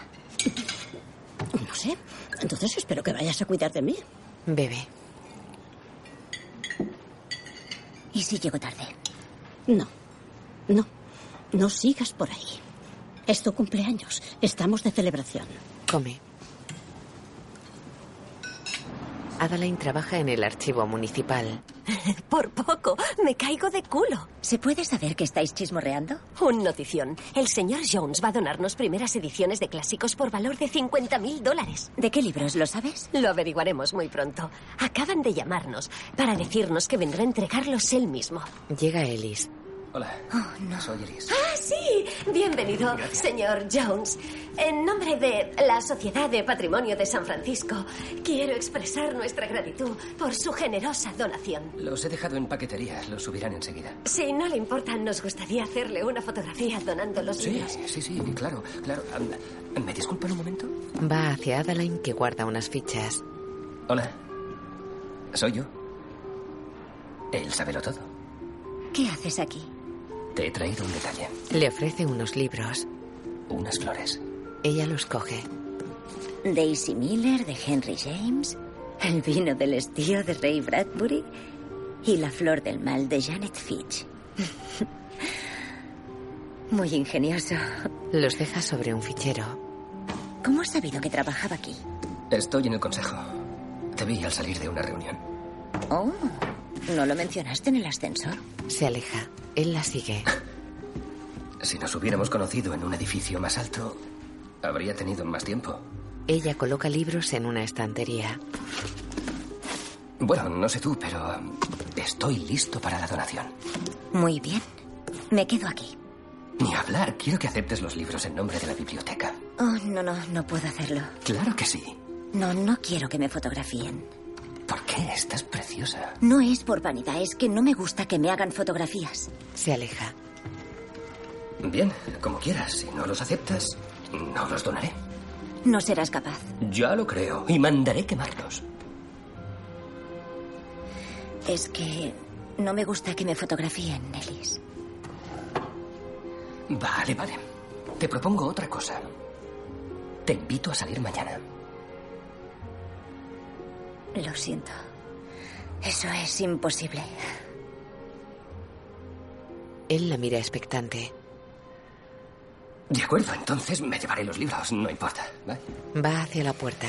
Speaker 15: No sé. Entonces espero que vayas a cuidar de mí.
Speaker 2: Bebe.
Speaker 5: ¿Y si llego tarde?
Speaker 15: No. No. No sigas por ahí. Es tu cumpleaños. Estamos de celebración.
Speaker 2: Come. Adaline trabaja en el archivo municipal.
Speaker 5: Por poco, me caigo de culo. ¿Se puede saber que estáis chismorreando?
Speaker 16: Un notición. El señor Jones va a donarnos primeras ediciones de clásicos por valor de 50.000 dólares.
Speaker 5: ¿De qué libros lo sabes?
Speaker 16: Lo averiguaremos muy pronto. Acaban de llamarnos para decirnos que vendrá a entregarlos él mismo.
Speaker 2: Llega Ellis.
Speaker 14: Hola.
Speaker 5: Oh, no.
Speaker 14: Soy Iris.
Speaker 16: Ah, sí. Bienvenido,
Speaker 14: Gracias.
Speaker 16: señor Jones. En nombre de la Sociedad de Patrimonio de San Francisco, quiero expresar nuestra gratitud por su generosa donación.
Speaker 4: Los he dejado en paquetería. Los subirán enseguida.
Speaker 16: Si no le importa, nos gustaría hacerle una fotografía donando los
Speaker 4: Sí,
Speaker 16: libros.
Speaker 4: sí, sí, claro, claro. Anda, ¿Me disculpan un momento?
Speaker 2: Va hacia Adaline que guarda unas fichas.
Speaker 4: Hola. Soy yo. Él sabelo todo.
Speaker 5: ¿Qué haces aquí?
Speaker 4: Te he traído un detalle.
Speaker 2: Le ofrece unos libros.
Speaker 4: Unas flores.
Speaker 2: Ella los coge.
Speaker 5: Daisy Miller de Henry James, El vino del estío de Ray Bradbury y La flor del mal de Janet Fitch. Muy ingenioso.
Speaker 2: Los deja sobre un fichero.
Speaker 5: ¿Cómo has sabido que trabajaba aquí?
Speaker 4: Estoy en el consejo. Te vi al salir de una reunión.
Speaker 5: Oh, ¿no lo mencionaste en el ascensor?
Speaker 2: Se aleja. Él la sigue.
Speaker 4: Si nos hubiéramos conocido en un edificio más alto, habría tenido más tiempo.
Speaker 2: Ella coloca libros en una estantería.
Speaker 4: Bueno, no sé tú, pero um, estoy listo para la donación.
Speaker 5: Muy bien. Me quedo aquí.
Speaker 4: Ni hablar, quiero que aceptes los libros en nombre de la biblioteca.
Speaker 5: Oh, no, no, no puedo hacerlo.
Speaker 4: Claro que sí.
Speaker 5: No, no quiero que me fotografíen.
Speaker 4: ¿Por qué? Estás preciosa.
Speaker 5: No es por vanidad, es que no me gusta que me hagan fotografías.
Speaker 2: Se aleja.
Speaker 4: Bien, como quieras. Si no los aceptas, no los donaré.
Speaker 5: No serás capaz.
Speaker 4: Ya lo creo. Y mandaré quemarlos.
Speaker 5: Es que no me gusta que me fotografíen, Ellis.
Speaker 4: Vale, vale. Te propongo otra cosa. Te invito a salir mañana.
Speaker 5: Lo siento. Eso es imposible.
Speaker 2: Él la mira expectante.
Speaker 4: De acuerdo, entonces me llevaré los libros. No importa. ¿vale?
Speaker 2: Va hacia la puerta.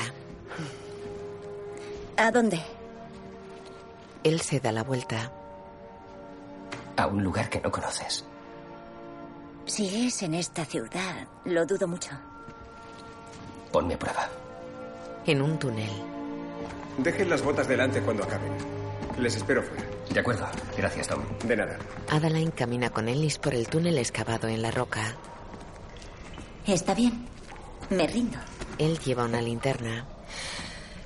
Speaker 5: ¿A dónde?
Speaker 2: Él se da la vuelta.
Speaker 4: A un lugar que no conoces.
Speaker 5: Si es en esta ciudad, lo dudo mucho.
Speaker 4: Ponme a prueba.
Speaker 2: En un túnel.
Speaker 1: Dejen las botas delante cuando acaben. Les espero fuera.
Speaker 4: De acuerdo. Gracias, Tom.
Speaker 1: De nada.
Speaker 2: Adaline camina con Ellis por el túnel excavado en la roca.
Speaker 5: Está bien. Me rindo.
Speaker 2: Él lleva una linterna.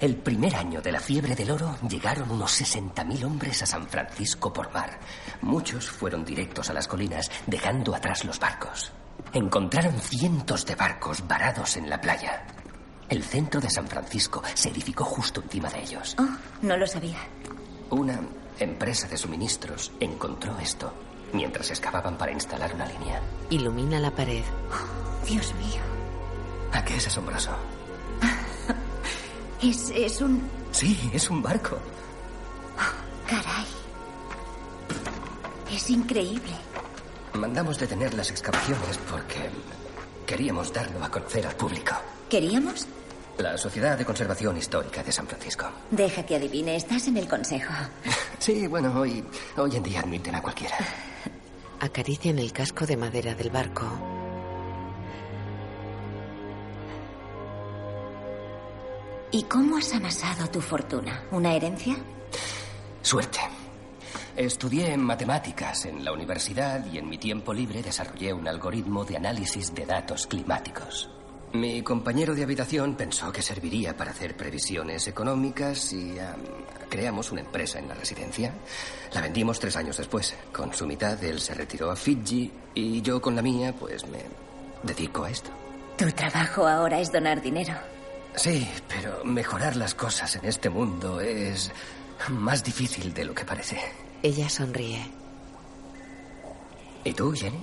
Speaker 4: El primer año de la fiebre del oro llegaron unos 60.000 hombres a San Francisco por mar. Muchos fueron directos a las colinas, dejando atrás los barcos. Encontraron cientos de barcos varados en la playa. El centro de San Francisco se edificó justo encima de ellos.
Speaker 5: Oh, no lo sabía.
Speaker 4: Una empresa de suministros encontró esto mientras excavaban para instalar una línea.
Speaker 2: Ilumina la pared.
Speaker 5: Oh, Dios mío.
Speaker 4: ¿A qué es asombroso?
Speaker 5: Es, es un...
Speaker 4: Sí, es un barco.
Speaker 5: Caray. Es increíble.
Speaker 4: Mandamos detener las excavaciones porque queríamos darlo a conocer al público.
Speaker 5: ¿Queríamos?
Speaker 4: La Sociedad de Conservación Histórica de San Francisco.
Speaker 5: Deja que adivine, estás en el consejo.
Speaker 4: Sí, bueno, hoy, hoy en día admiten a cualquiera.
Speaker 2: Acarician el casco de madera del barco.
Speaker 5: ¿Y cómo has amasado tu fortuna? ¿Una herencia?
Speaker 4: Suerte. Estudié matemáticas en la universidad y en mi tiempo libre desarrollé un algoritmo de análisis de datos climáticos. Mi compañero de habitación pensó que serviría para hacer previsiones económicas y ah, creamos una empresa en la residencia. La vendimos tres años después. Con su mitad él se retiró a Fiji y yo con la mía pues me dedico a esto.
Speaker 5: Tu trabajo ahora es donar dinero.
Speaker 4: Sí, pero mejorar las cosas en este mundo es más difícil de lo que parece.
Speaker 2: Ella sonríe.
Speaker 4: ¿Y tú, Jenny?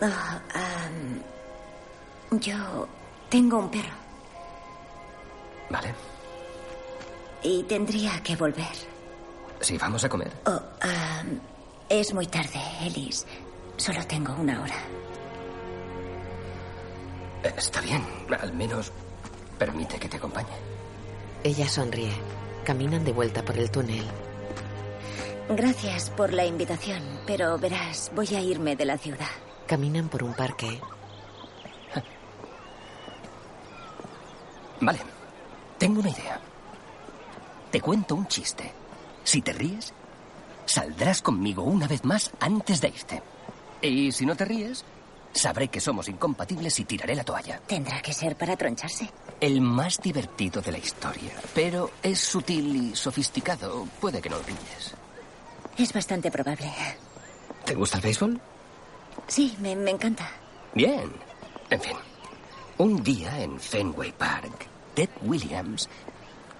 Speaker 5: Oh, am, yo tengo un perro
Speaker 4: Vale.
Speaker 5: y tendría que volver.
Speaker 4: Sí, vamos a comer.
Speaker 5: Oh, am, es muy tarde, Ellis. Solo tengo una hora.
Speaker 4: Eh, Está bien, al menos permite que te acompañe.
Speaker 2: Ella sonríe. Caminan de vuelta por el túnel.
Speaker 5: Gracias por la invitación, pero verás, voy a irme de la ciudad.
Speaker 2: Caminan por un parque.
Speaker 4: Vale, tengo una idea. Te cuento un chiste. Si te ríes, saldrás conmigo una vez más antes de irte. Y si no te ríes, sabré que somos incompatibles y tiraré la toalla.
Speaker 5: Tendrá que ser para troncharse.
Speaker 4: El más divertido de la historia, pero es sutil y sofisticado. Puede que no lo pilles.
Speaker 5: Es bastante probable.
Speaker 4: ¿Te gusta el béisbol?
Speaker 5: Sí, me, me encanta.
Speaker 4: Bien. En fin. Un día en Fenway Park, Ted Williams.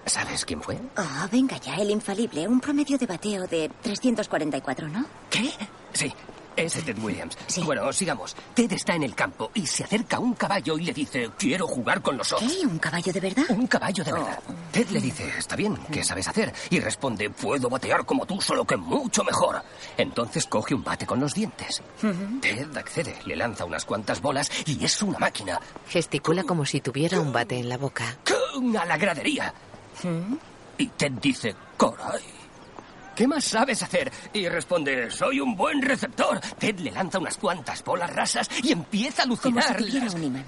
Speaker 4: ¿Sabes quién fue?
Speaker 5: Oh, venga ya, el infalible. Un promedio de bateo de 344, ¿no?
Speaker 4: ¿Qué? Sí, ese Ted Williams. Bueno, sigamos. Ted está en el campo y se acerca un caballo y le dice, quiero jugar con los osos.
Speaker 5: ¿Qué? ¿Un caballo de verdad? Oh,
Speaker 4: Un caballo de verdad. Ted le dice, está bien, ¿qué sabes hacer? Y responde, puedo batear como tú, solo que mucho mejor. Entonces coge un bate con los dientes. Ted accede, le lanza unas cuantas bolas y es una máquina.
Speaker 2: Gesticula como si tuviera un bate en la boca.
Speaker 4: ¡Cum! a la gradería.
Speaker 5: ¿Mm?
Speaker 4: Y Ted dice, caray. ¿Qué más sabes hacer? Y responde, soy un buen receptor. Ted le lanza unas cuantas bolas rasas y empieza a
Speaker 5: Como si
Speaker 4: alucinar.
Speaker 5: tuviera un imán.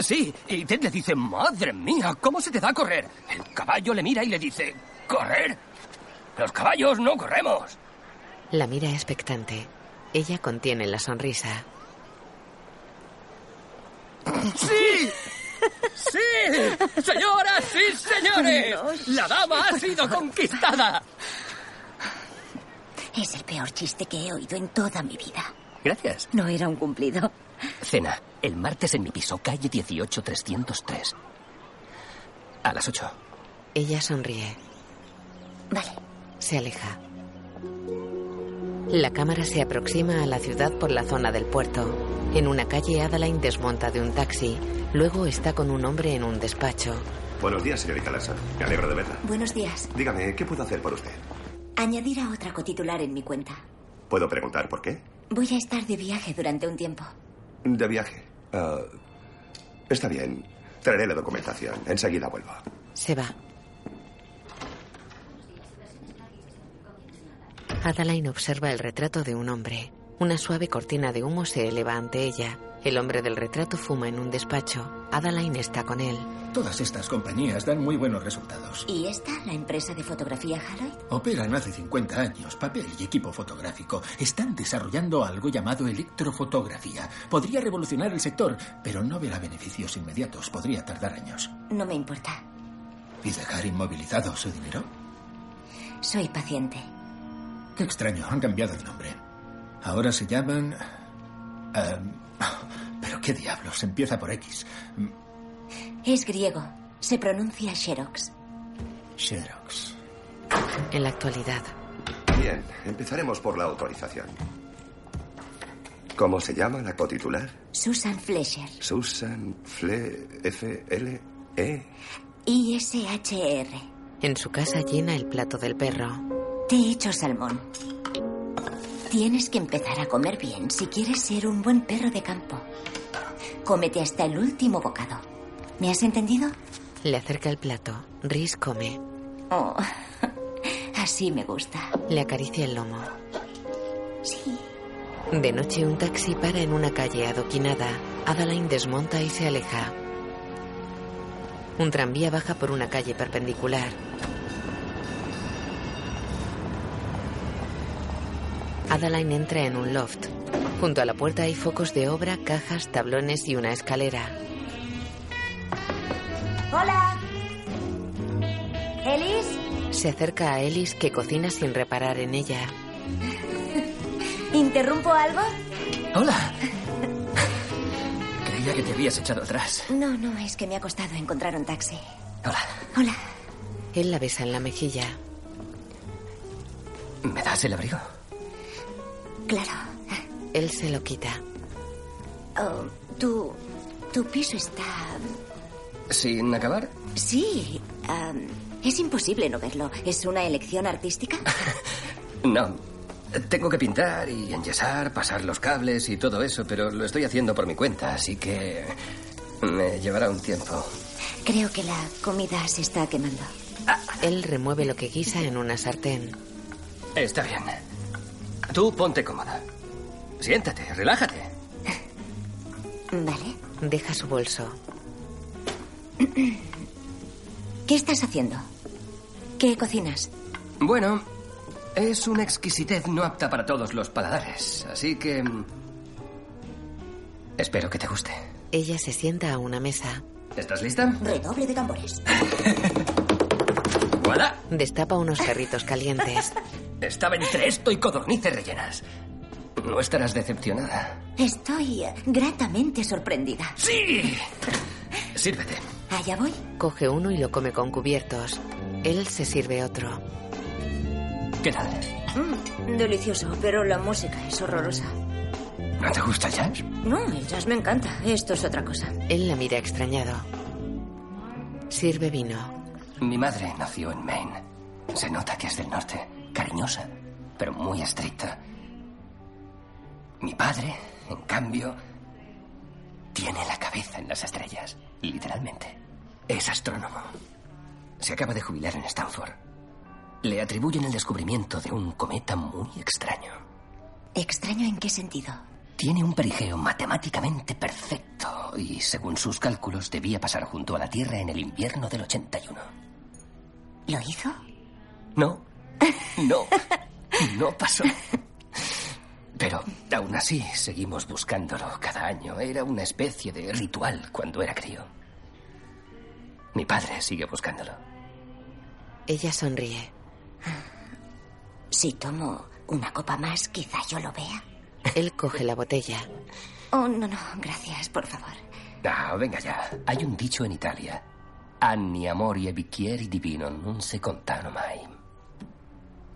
Speaker 4: Sí, y Ted le dice, madre mía, ¿cómo se te da correr? El caballo le mira y le dice, ¿correr? Los caballos no corremos.
Speaker 2: La mira expectante. Ella contiene la sonrisa.
Speaker 1: ¡Sí! ¡Sí! ¡Señoras y señores! ¡La dama ha sido conquistada!
Speaker 5: Es el peor chiste que he oído en toda mi vida.
Speaker 4: Gracias.
Speaker 5: No era un cumplido.
Speaker 4: Cena, el martes en mi piso, calle 18303. A las 8.
Speaker 2: Ella sonríe.
Speaker 5: Vale.
Speaker 2: Se aleja. La cámara se aproxima a la ciudad por la zona del puerto. En una calle, Adeline desmonta de un taxi. Luego está con un hombre en un despacho.
Speaker 8: Buenos días, señorita Larson. Me alegro de verla.
Speaker 5: Buenos días.
Speaker 8: Dígame, ¿qué puedo hacer por usted?
Speaker 5: Añadir a otra cotitular en mi cuenta.
Speaker 8: ¿Puedo preguntar por qué?
Speaker 5: Voy a estar de viaje durante un tiempo.
Speaker 8: De viaje. Ah, está bien. Traeré la documentación. Enseguida vuelvo.
Speaker 2: Se va. Adeline observa el retrato de un hombre. Una suave cortina de humo se eleva ante ella. El hombre del retrato fuma en un despacho. Adeline está con él.
Speaker 17: Todas estas compañías dan muy buenos
Speaker 4: Pues
Speaker 17: resultados.
Speaker 5: ¿Y esta, la empresa de fotografía Harold?
Speaker 17: Operan hace 50 años, papel y equipo fotográfico. Están desarrollando algo llamado electrofotografía. Podría revolucionar el sector, pero no verá beneficios inmediatos. Podría tardar años.
Speaker 5: No me importa.
Speaker 17: ¿Y dejar inmovilizado su dinero?
Speaker 5: Soy paciente.
Speaker 17: Qué extraño, han cambiado de nombre. Ahora se llaman Em, pero qué diablos, empieza por X.
Speaker 5: Es griego. Se pronuncia Xerox.
Speaker 17: Xerox.
Speaker 2: En la actualidad,
Speaker 8: Bien, empezaremos por la autorización. ¿Cómo se llama la cotitular?
Speaker 5: Susan Fletcher.
Speaker 8: Susan Fle F L E.
Speaker 5: ISHR.
Speaker 2: en su casa llena el plato del perro.
Speaker 5: Te he hecho salmón. Tienes que empezar a comer bien si quieres ser un buen perro de campo. Cómete hasta el último bocado. ¿Me has entendido?
Speaker 2: Le acerca el plato. Rhys come.
Speaker 5: Oh, así me gusta.
Speaker 2: Le acaricia el lomo. Sí. De noche un taxi para en una calle adoquinada. Adaline desmonta y se aleja. Un tranvía baja por una calle perpendicular. Adaline entra en un loft. Junto a la puerta hay focos de obra, cajas, tablones y una escalera.
Speaker 9: Hola. ¿Elis?
Speaker 2: Se acerca a Ellis que cocina sin reparar en ella.
Speaker 9: ¿Interrumpo algo?
Speaker 13: Hola. Creía que te habías echado atrás.
Speaker 5: No, no, es que me ha costado encontrar un taxi.
Speaker 2: Él la besa en la mejilla.
Speaker 13: ¿Me das el abrigo?
Speaker 5: Claro.
Speaker 2: Él se lo quita.
Speaker 5: Oh, tu, tu piso está...
Speaker 4: ¿Sin acabar?
Speaker 5: Sí. am, es imposible no verlo. ¿Es una elección artística?
Speaker 4: No. Tengo que pintar y enyesar, pasar los cables y todo eso, pero lo estoy haciendo por mi cuenta, así que me llevará un tiempo.
Speaker 5: Creo que la comida se está quemando.
Speaker 2: Él remueve lo que guisa en una sartén.
Speaker 4: Está bien. Tú ponte cómoda. Siéntate, relájate.
Speaker 5: Vale.
Speaker 2: Deja su bolso.
Speaker 5: ¿Qué estás haciendo? ¿Qué cocinas?
Speaker 4: Bueno, es una exquisitez no apta para todos los paladares, así que... mm, Espero que te guste.
Speaker 2: Ella se sienta a una mesa.
Speaker 4: ¿Estás lista?
Speaker 5: Redoble de tambores.
Speaker 4: ¡Voilà!
Speaker 2: Destapa unos perritos calientes.
Speaker 4: Estaba entre esto y codornices rellenas. No estarás decepcionada.
Speaker 5: Estoy eh, gratamente sorprendida.
Speaker 4: ¡Sí! Sírvete.
Speaker 5: Allá voy.
Speaker 2: Coge uno y lo come con cubiertos. Él se sirve otro.
Speaker 4: ¿Qué tal?
Speaker 5: Mm, delicioso, pero la música es horrorosa.
Speaker 4: ¿No te gusta el jazz?
Speaker 5: No, el jazz me encanta. Esto es otra cosa.
Speaker 2: Él la mira extrañado. Sirve vino.
Speaker 4: Mi madre nació en Maine. Se nota que es del norte. Cariñosa, pero muy estricta. Mi padre, en cambio, tiene la cabeza en las estrellas. Literalmente. Es astrónomo. Se acaba de jubilar en Stanford. Le atribuyen el descubrimiento de un cometa muy extraño.
Speaker 5: ¿Extraño en qué sentido?
Speaker 4: Tiene un perigeo matemáticamente perfecto y, según sus cálculos, debía pasar junto a la Tierra en el invierno del 81.
Speaker 5: ¿Lo hizo?
Speaker 4: No, no, no pasó. Pero aún así seguimos buscándolo cada año. Era una especie de ritual cuando era crío. Mi padre sigue buscándolo.
Speaker 2: Ella sonríe.
Speaker 5: Si tomo una copa más, quizá yo lo vea.
Speaker 2: Él coge la botella.
Speaker 5: Oh, no, no, gracias, por favor.
Speaker 4: Ah, venga ya. Hay un dicho en Italia. Anni amori e bicchieri di vino non si contano mai.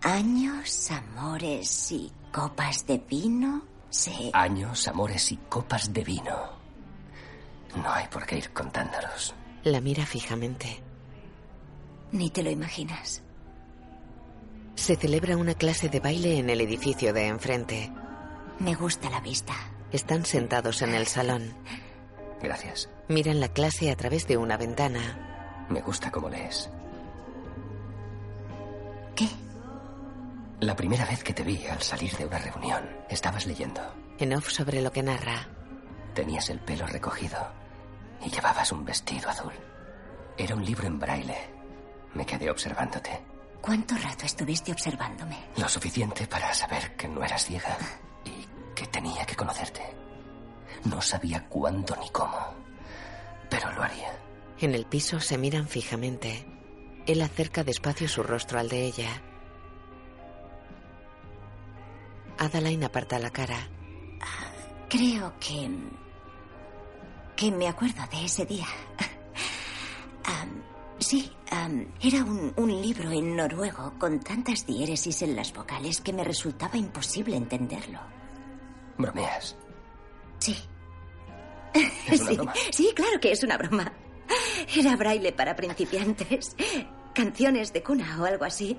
Speaker 5: Años, amores y copas de vino se...
Speaker 4: Años, amores y copas de vino. No hay por qué ir contándolos.
Speaker 2: La mira fijamente.
Speaker 5: Ni te lo imaginas.
Speaker 2: Se celebra una clase de baile en el edificio de enfrente.
Speaker 5: Me gusta la vista.
Speaker 2: Están sentados en el salón.
Speaker 4: Gracias.
Speaker 2: Miran la clase a través de una ventana.
Speaker 4: Me gusta cómo lees.
Speaker 5: ¿Qué?
Speaker 4: La primera vez que te vi al salir de una reunión, estabas leyendo.
Speaker 2: En off sobre lo que narra.
Speaker 4: Tenías el pelo recogido y llevabas un vestido azul. Era un libro en braille. Me quedé observándote.
Speaker 5: ¿Cuánto rato estuviste observándome?
Speaker 4: Lo suficiente para saber que no eras ciega y que tenía que conocerte. No sabía cuándo ni cómo, pero lo haría.
Speaker 2: En el piso se miran fijamente. Él acerca despacio su rostro al de ella. Adaline aparta la cara.
Speaker 5: Creo que. que me acuerdo de ese día. Am, sí, am, era un, un libro en noruego con tantas diéresis en las vocales que me resultaba imposible entenderlo.
Speaker 4: Bromeas.
Speaker 5: Sí.
Speaker 4: Es una
Speaker 5: sí,
Speaker 4: broma.
Speaker 5: sí, claro que es una broma. Era braille para principiantes, canciones de cuna o algo así.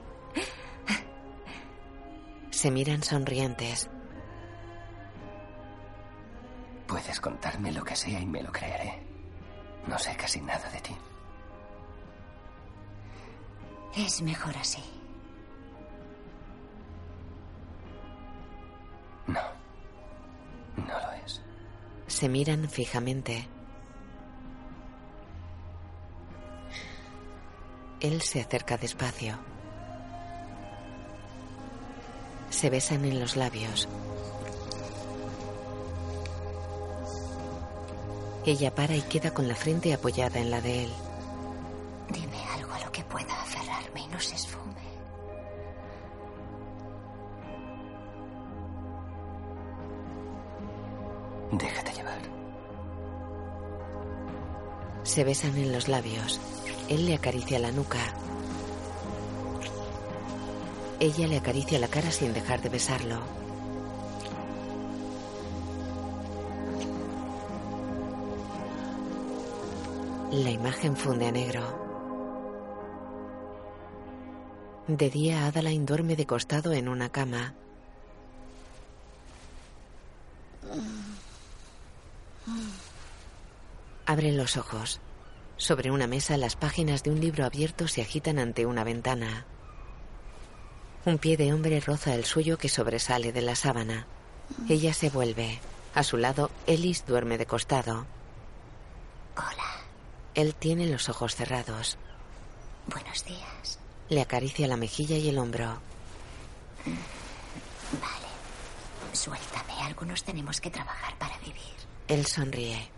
Speaker 2: Se miran sonrientes.
Speaker 4: Puedes contarme lo que sea y me lo creeré. No sé casi nada de ti.
Speaker 5: Es mejor así.
Speaker 4: No. No lo es.
Speaker 2: Se miran fijamente. Él se acerca despacio. Se besan en los labios. Ella para y queda con la frente apoyada en la de él.
Speaker 5: Dime algo a lo que pueda aferrarme y no se esfume.
Speaker 4: Déjate llevar.
Speaker 2: Se besan en los labios. Él le acaricia la nuca. Ella le acaricia la cara sin dejar de besarlo. La imagen funde a negro. De día, Adeline duerme de costado en una cama. Abre los ojos. Sobre una mesa las páginas de un libro abierto se agitan ante una ventana. Un pie de hombre roza el suyo que sobresale de la sábana. Ella se vuelve. A su lado, Ellis duerme de costado.
Speaker 5: Hola,
Speaker 2: Él tiene los ojos cerrados.
Speaker 5: buenos días.
Speaker 2: Le acaricia la mejilla y el hombro.
Speaker 5: Suéltame, algunos tenemos que trabajar para vivir.
Speaker 2: Él sonríe.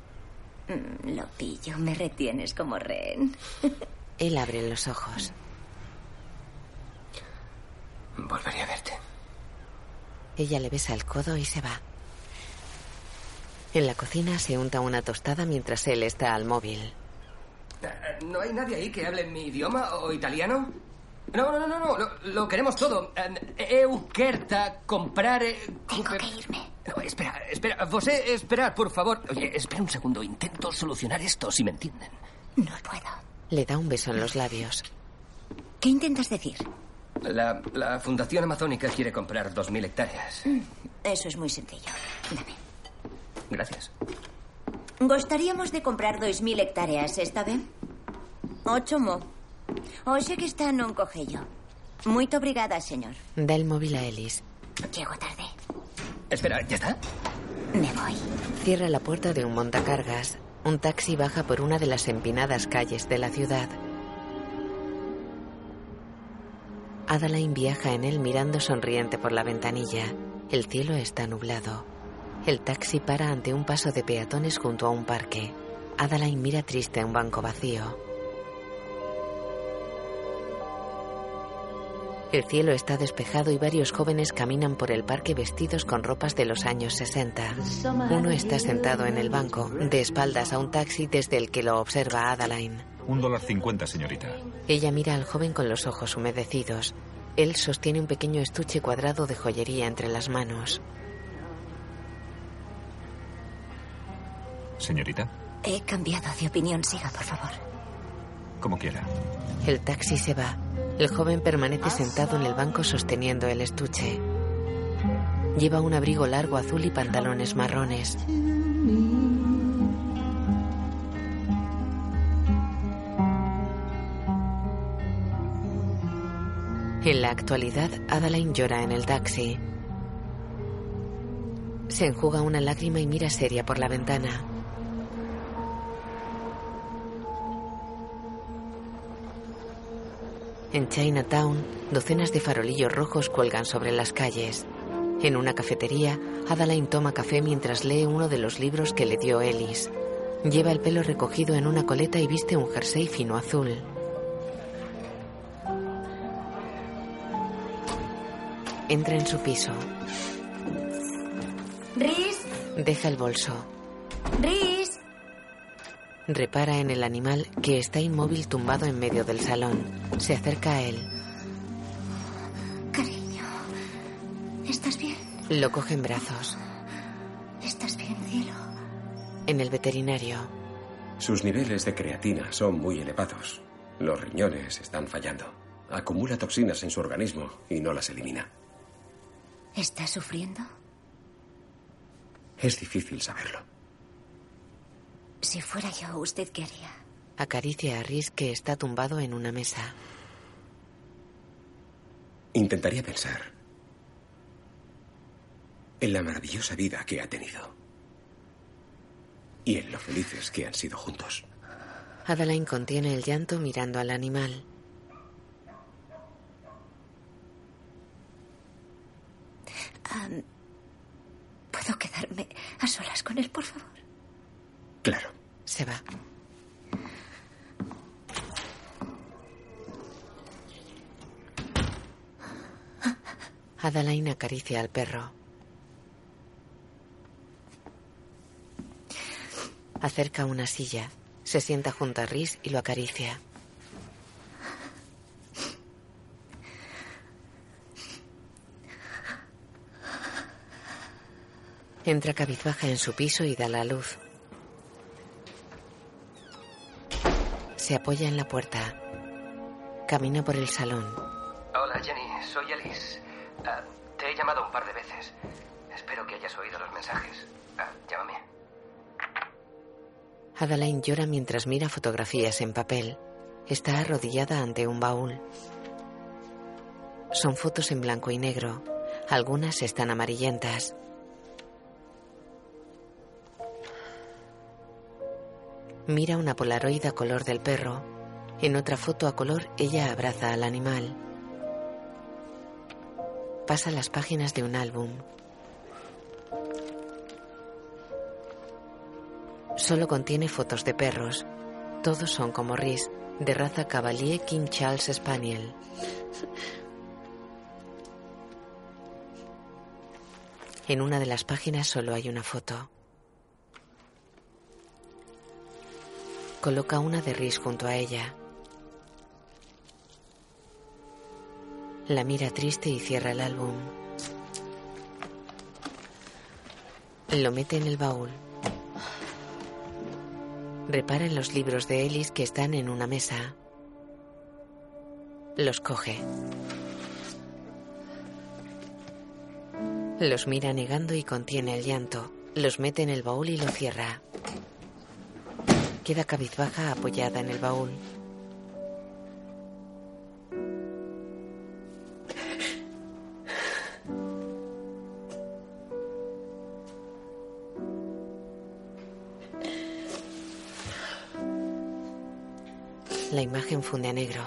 Speaker 5: Mm, Lo pillo, me retienes como rehén.
Speaker 2: Él abre los ojos.
Speaker 4: Volveré a verte.
Speaker 2: Ella le besa el codo y se va. En la cocina se unta una tostada mientras él está al móvil.
Speaker 4: Eh, ¿No hay nadie ahí que hable mi idioma o italiano? No, no, no, no, no, Lo, lo queremos todo. Eh, Eu querta comprare... Tengo que irme. No, espera, espera. Vosé, esperad, por favor. Oye, espera un segundo. Intento solucionar esto, si me entienden.
Speaker 2: Le da un beso en los labios.
Speaker 5: ¿Qué intentas decir?
Speaker 4: La, la Fundación Amazónica quiere comprar 2.000 hectáreas.
Speaker 5: Eso es muy sencillo. Dame.
Speaker 4: Gracias.
Speaker 5: Gostaríamos de comprar 2.000 hectáreas, está ben? Ocho mo. Hoxe que está non cogello. Moito obrigada, señor.
Speaker 2: Da el móvil a Ellis.
Speaker 5: Llego tarde.
Speaker 4: Espera, ¿ya está?
Speaker 5: Me voy.
Speaker 2: Cierra la puerta de un montacargas. Un taxi baja por una de las empinadas calles de la ciudad. Adeline viaja en él mirando sonriente por la ventanilla. El cielo está nublado. El taxi para ante un paso de peatones junto a un parque. Adeline mira triste un banco vacío. El cielo está despejado y varios jóvenes caminan por el parque vestidos con ropas de los años 60. Uno está sentado en el banco, de espaldas a un taxi desde el que lo observa Adeline.
Speaker 18: Un dólar cincuenta, señorita.
Speaker 2: Ella mira al joven con los ojos humedecidos. Él sostiene un pequeño estuche cuadrado de joyería entre las manos.
Speaker 18: Señorita,
Speaker 5: He cambiado de opinión, siga, por favor.
Speaker 18: como quiera.
Speaker 2: El taxi se va. El joven
Speaker 5: Ah.
Speaker 2: permanece sentado en el banco sosteniendo el estuche. Lleva un abrigo largo azul y pantalones marrones. En la actualidad, Adeline llora en el taxi. Se enjuga una lágrima y mira seria por la ventana. En Chinatown, docenas de farolillos rojos cuelgan sobre las calles. En una cafetería, Adeline toma café mientras lee uno de los libros que le dio Ellis. Lleva el pelo recogido en una coleta y viste un jersey fino azul. Entra en su piso.
Speaker 9: Riz,
Speaker 2: Deja el bolso.
Speaker 9: ¡Riz!
Speaker 2: Repara en el animal que está inmóvil tumbado en medio del salón. Se acerca a él.
Speaker 5: Cariño, ¿estás bien?
Speaker 2: Lo coge en brazos.
Speaker 5: ¿Estás bien, cielo?
Speaker 2: En el veterinario.
Speaker 11: Sus niveles de creatina son muy elevados. Los riñones están fallando. Acumula toxinas en su organismo y no las elimina.
Speaker 5: ¿Estás sufriendo?
Speaker 11: Es difícil saberlo.
Speaker 5: Si fuera yo, ¿usted qué haría?
Speaker 2: Acaricia a Riz que está tumbado en una mesa.
Speaker 11: Intentaría pensar en la maravillosa vida que ha tenido y en lo felices que han sido juntos.
Speaker 2: Adeline contiene el llanto mirando al animal.
Speaker 5: Am, ¿Puedo quedarme a solas con él, por favor?
Speaker 11: Claro.
Speaker 2: Se va. Adeline acaricia al perro. Acerca una silla. Se sienta junto a Rhys y lo acaricia. Entra cabizbaja en su piso y da la luz. Se apoya en la puerta. Camina por el salón.
Speaker 19: Hola, Jenny. Soy Alice. Ah, te he llamado un par de veces. Espero que hayas oído los mensajes. Ah, llámame.
Speaker 2: Adeline llora mientras mira fotografías en papel. Está arrodillada ante un baúl. Son fotos en blanco y negro. Algunas están amarillentas. Mira una polaroid a color del perro. En otra foto a color, ella abraza al animal. Pasa las páginas de un álbum. Solo contiene fotos de perros. Todos son como Rhys, de raza Cavalier King Charles Spaniel. En una de las páginas solo hay una foto. Coloca una de Rhys junto a ella. La mira triste y cierra el álbum. Lo mete en el baúl. Repara en los libros de Ellis que están en una mesa. Los coge. Los mira negando y contiene el llanto. Los mete en el baúl y lo cierra. Queda cabizbaja apoyada en el baúl. La imagen funde a negro.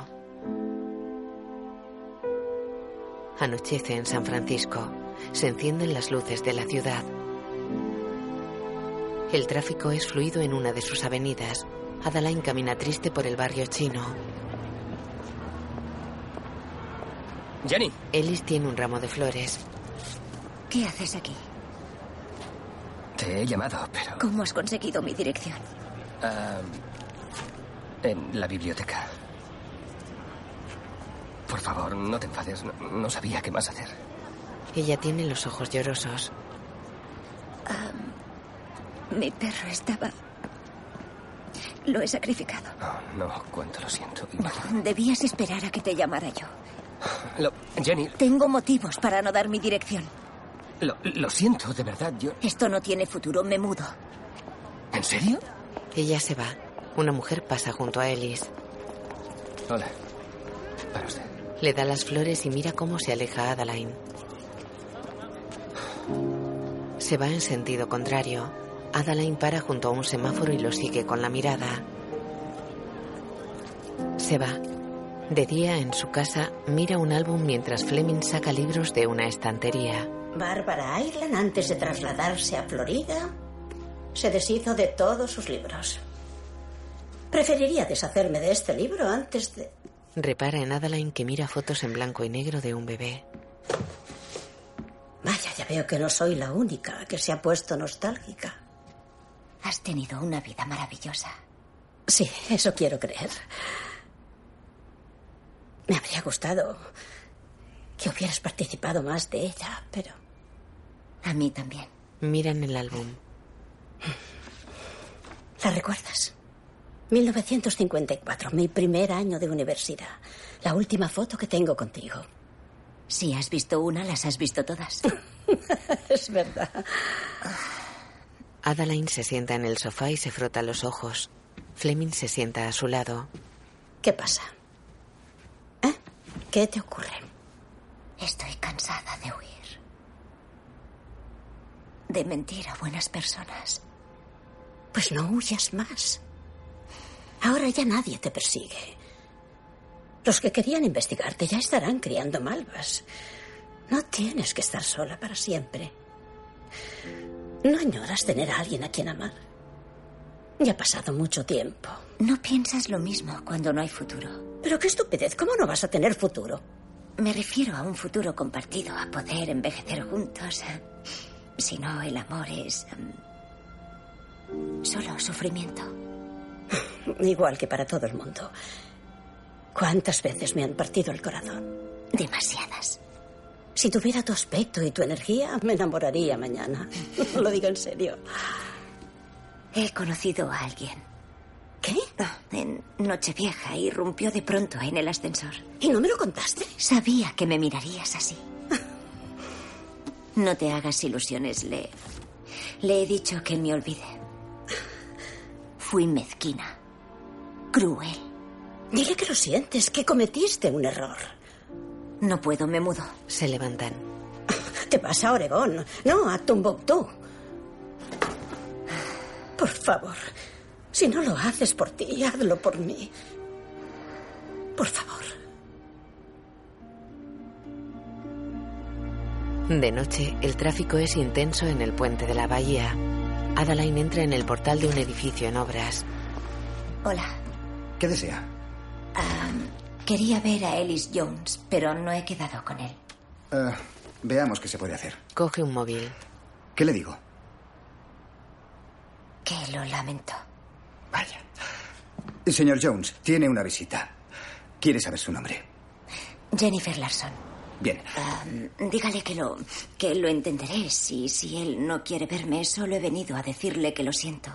Speaker 2: Anochece en San Francisco. Se encienden las luces de la ciudad. El tráfico es fluido en una de sus avenidas. Adeline camina triste por el barrio chino.
Speaker 4: Jenny.
Speaker 2: Ellis tiene un ramo de flores.
Speaker 5: ¿Qué haces aquí?
Speaker 4: Te he llamado, pero...
Speaker 5: ¿Cómo has conseguido mi dirección?
Speaker 4: ah, en la biblioteca. Por favor, no te enfades. No, no sabía qué más hacer.
Speaker 2: Ella tiene los ojos llorosos.
Speaker 5: Mi perro estaba... Lo he sacrificado.
Speaker 4: Oh, no, cuánto lo siento. Imagina-
Speaker 5: Debías esperar a que te llamara yo.
Speaker 4: Lo- Jenny,
Speaker 5: Tengo motivos para no dar mi dirección.
Speaker 4: lo, lo siento, de verdad. Yo...
Speaker 5: Esto no tiene futuro, me mudo.
Speaker 4: ¿En serio?
Speaker 2: Ella se va. Una mujer pasa junto a Ellis.
Speaker 4: Hola. Para usted.
Speaker 2: Le da las flores y mira cómo se aleja Adeline. Se va en sentido contrario. Adeline para junto a un semáforo y lo sigue con la mirada. Se va. De día, en su casa, mira un álbum mientras Fleming saca libros de una estantería.
Speaker 20: Bárbara Island, antes de trasladarse a Florida, se deshizo de todos sus libros. Preferiría deshacerme de este libro antes de...
Speaker 2: Repara en Adeline que mira fotos en blanco y negro de un bebé.
Speaker 15: Vaya, ya veo que no soy la única que se ha puesto nostálgica.
Speaker 5: Has tenido una vida maravillosa.
Speaker 15: Sí, eso quiero creer. Me habría gustado que hubieras participado más de ella, pero...
Speaker 5: A mí también.
Speaker 2: Miran el álbum.
Speaker 15: ¿La recuerdas? 1954, mi primer año de universidad. La última foto que tengo contigo.
Speaker 5: Si has visto una, las has visto todas.
Speaker 15: es verdad.
Speaker 2: Adeline se sienta en el sofá y se frota los ojos. Fleming se sienta a su lado.
Speaker 15: ¿Qué pasa? ¿Eh? ¿Qué te ocurre?
Speaker 5: Estoy cansada de huir. De mentir a buenas personas.
Speaker 15: Pues no huyas más. Ahora ya nadie te persigue. Los que querían investigarte ya estarán criando malvas. No tienes que estar sola para siempre. ¿No añoras tener a alguien a quien amar? Ya ha pasado mucho tiempo.
Speaker 5: No piensas lo mismo cuando no hay futuro.
Speaker 15: Pero qué estupidez, ¿cómo no vas a tener futuro?
Speaker 5: Me refiero a un futuro compartido, a poder envejecer juntos. eh. Si no, el amor es... mm, Solo sufrimiento.
Speaker 15: Igual que para todo el mundo. ¿Cuántas veces me han partido el corazón?
Speaker 5: Demasiadas.
Speaker 15: Si tuviera tu aspecto y tu energía, me enamoraría mañana. Lo digo en serio.
Speaker 5: He conocido a alguien. Ah,
Speaker 15: ¿Qué?
Speaker 5: En Nochevieja irrumpió de pronto en el ascensor.
Speaker 15: ¿Y no me lo contaste?
Speaker 5: Sabía que me mirarías así. No te hagas ilusiones, Le. Le he dicho que me olvide. Fui mezquina. Cruel.
Speaker 15: Dile que lo sientes, que cometiste un error.
Speaker 5: No puedo, me mudo.
Speaker 2: Se levantan.
Speaker 15: Te vas a Oregón. No, a Tombuctú. Por favor, si no lo haces por ti, hazlo por mí. Por favor.
Speaker 2: De noche, el tráfico es intenso en el puente de la bahía. Adaline entra en el portal de un edificio en obras.
Speaker 5: Hola.
Speaker 21: ¿Qué desea?
Speaker 5: Um, quería ver a Ellis Jones, pero no he quedado con él.
Speaker 21: Uh, veamos qué se puede hacer.
Speaker 2: Coge un móvil.
Speaker 21: ¿Qué le digo?
Speaker 5: Que lo lamento.
Speaker 21: Vaya. El señor Jones, tiene una visita. Quiere saber su nombre.
Speaker 5: Jennifer Larson.
Speaker 21: Bien.
Speaker 2: Ah.
Speaker 5: Um, dígale que lo, que lo entenderé. Si, si él no quiere verme, solo he venido a decirle que lo siento.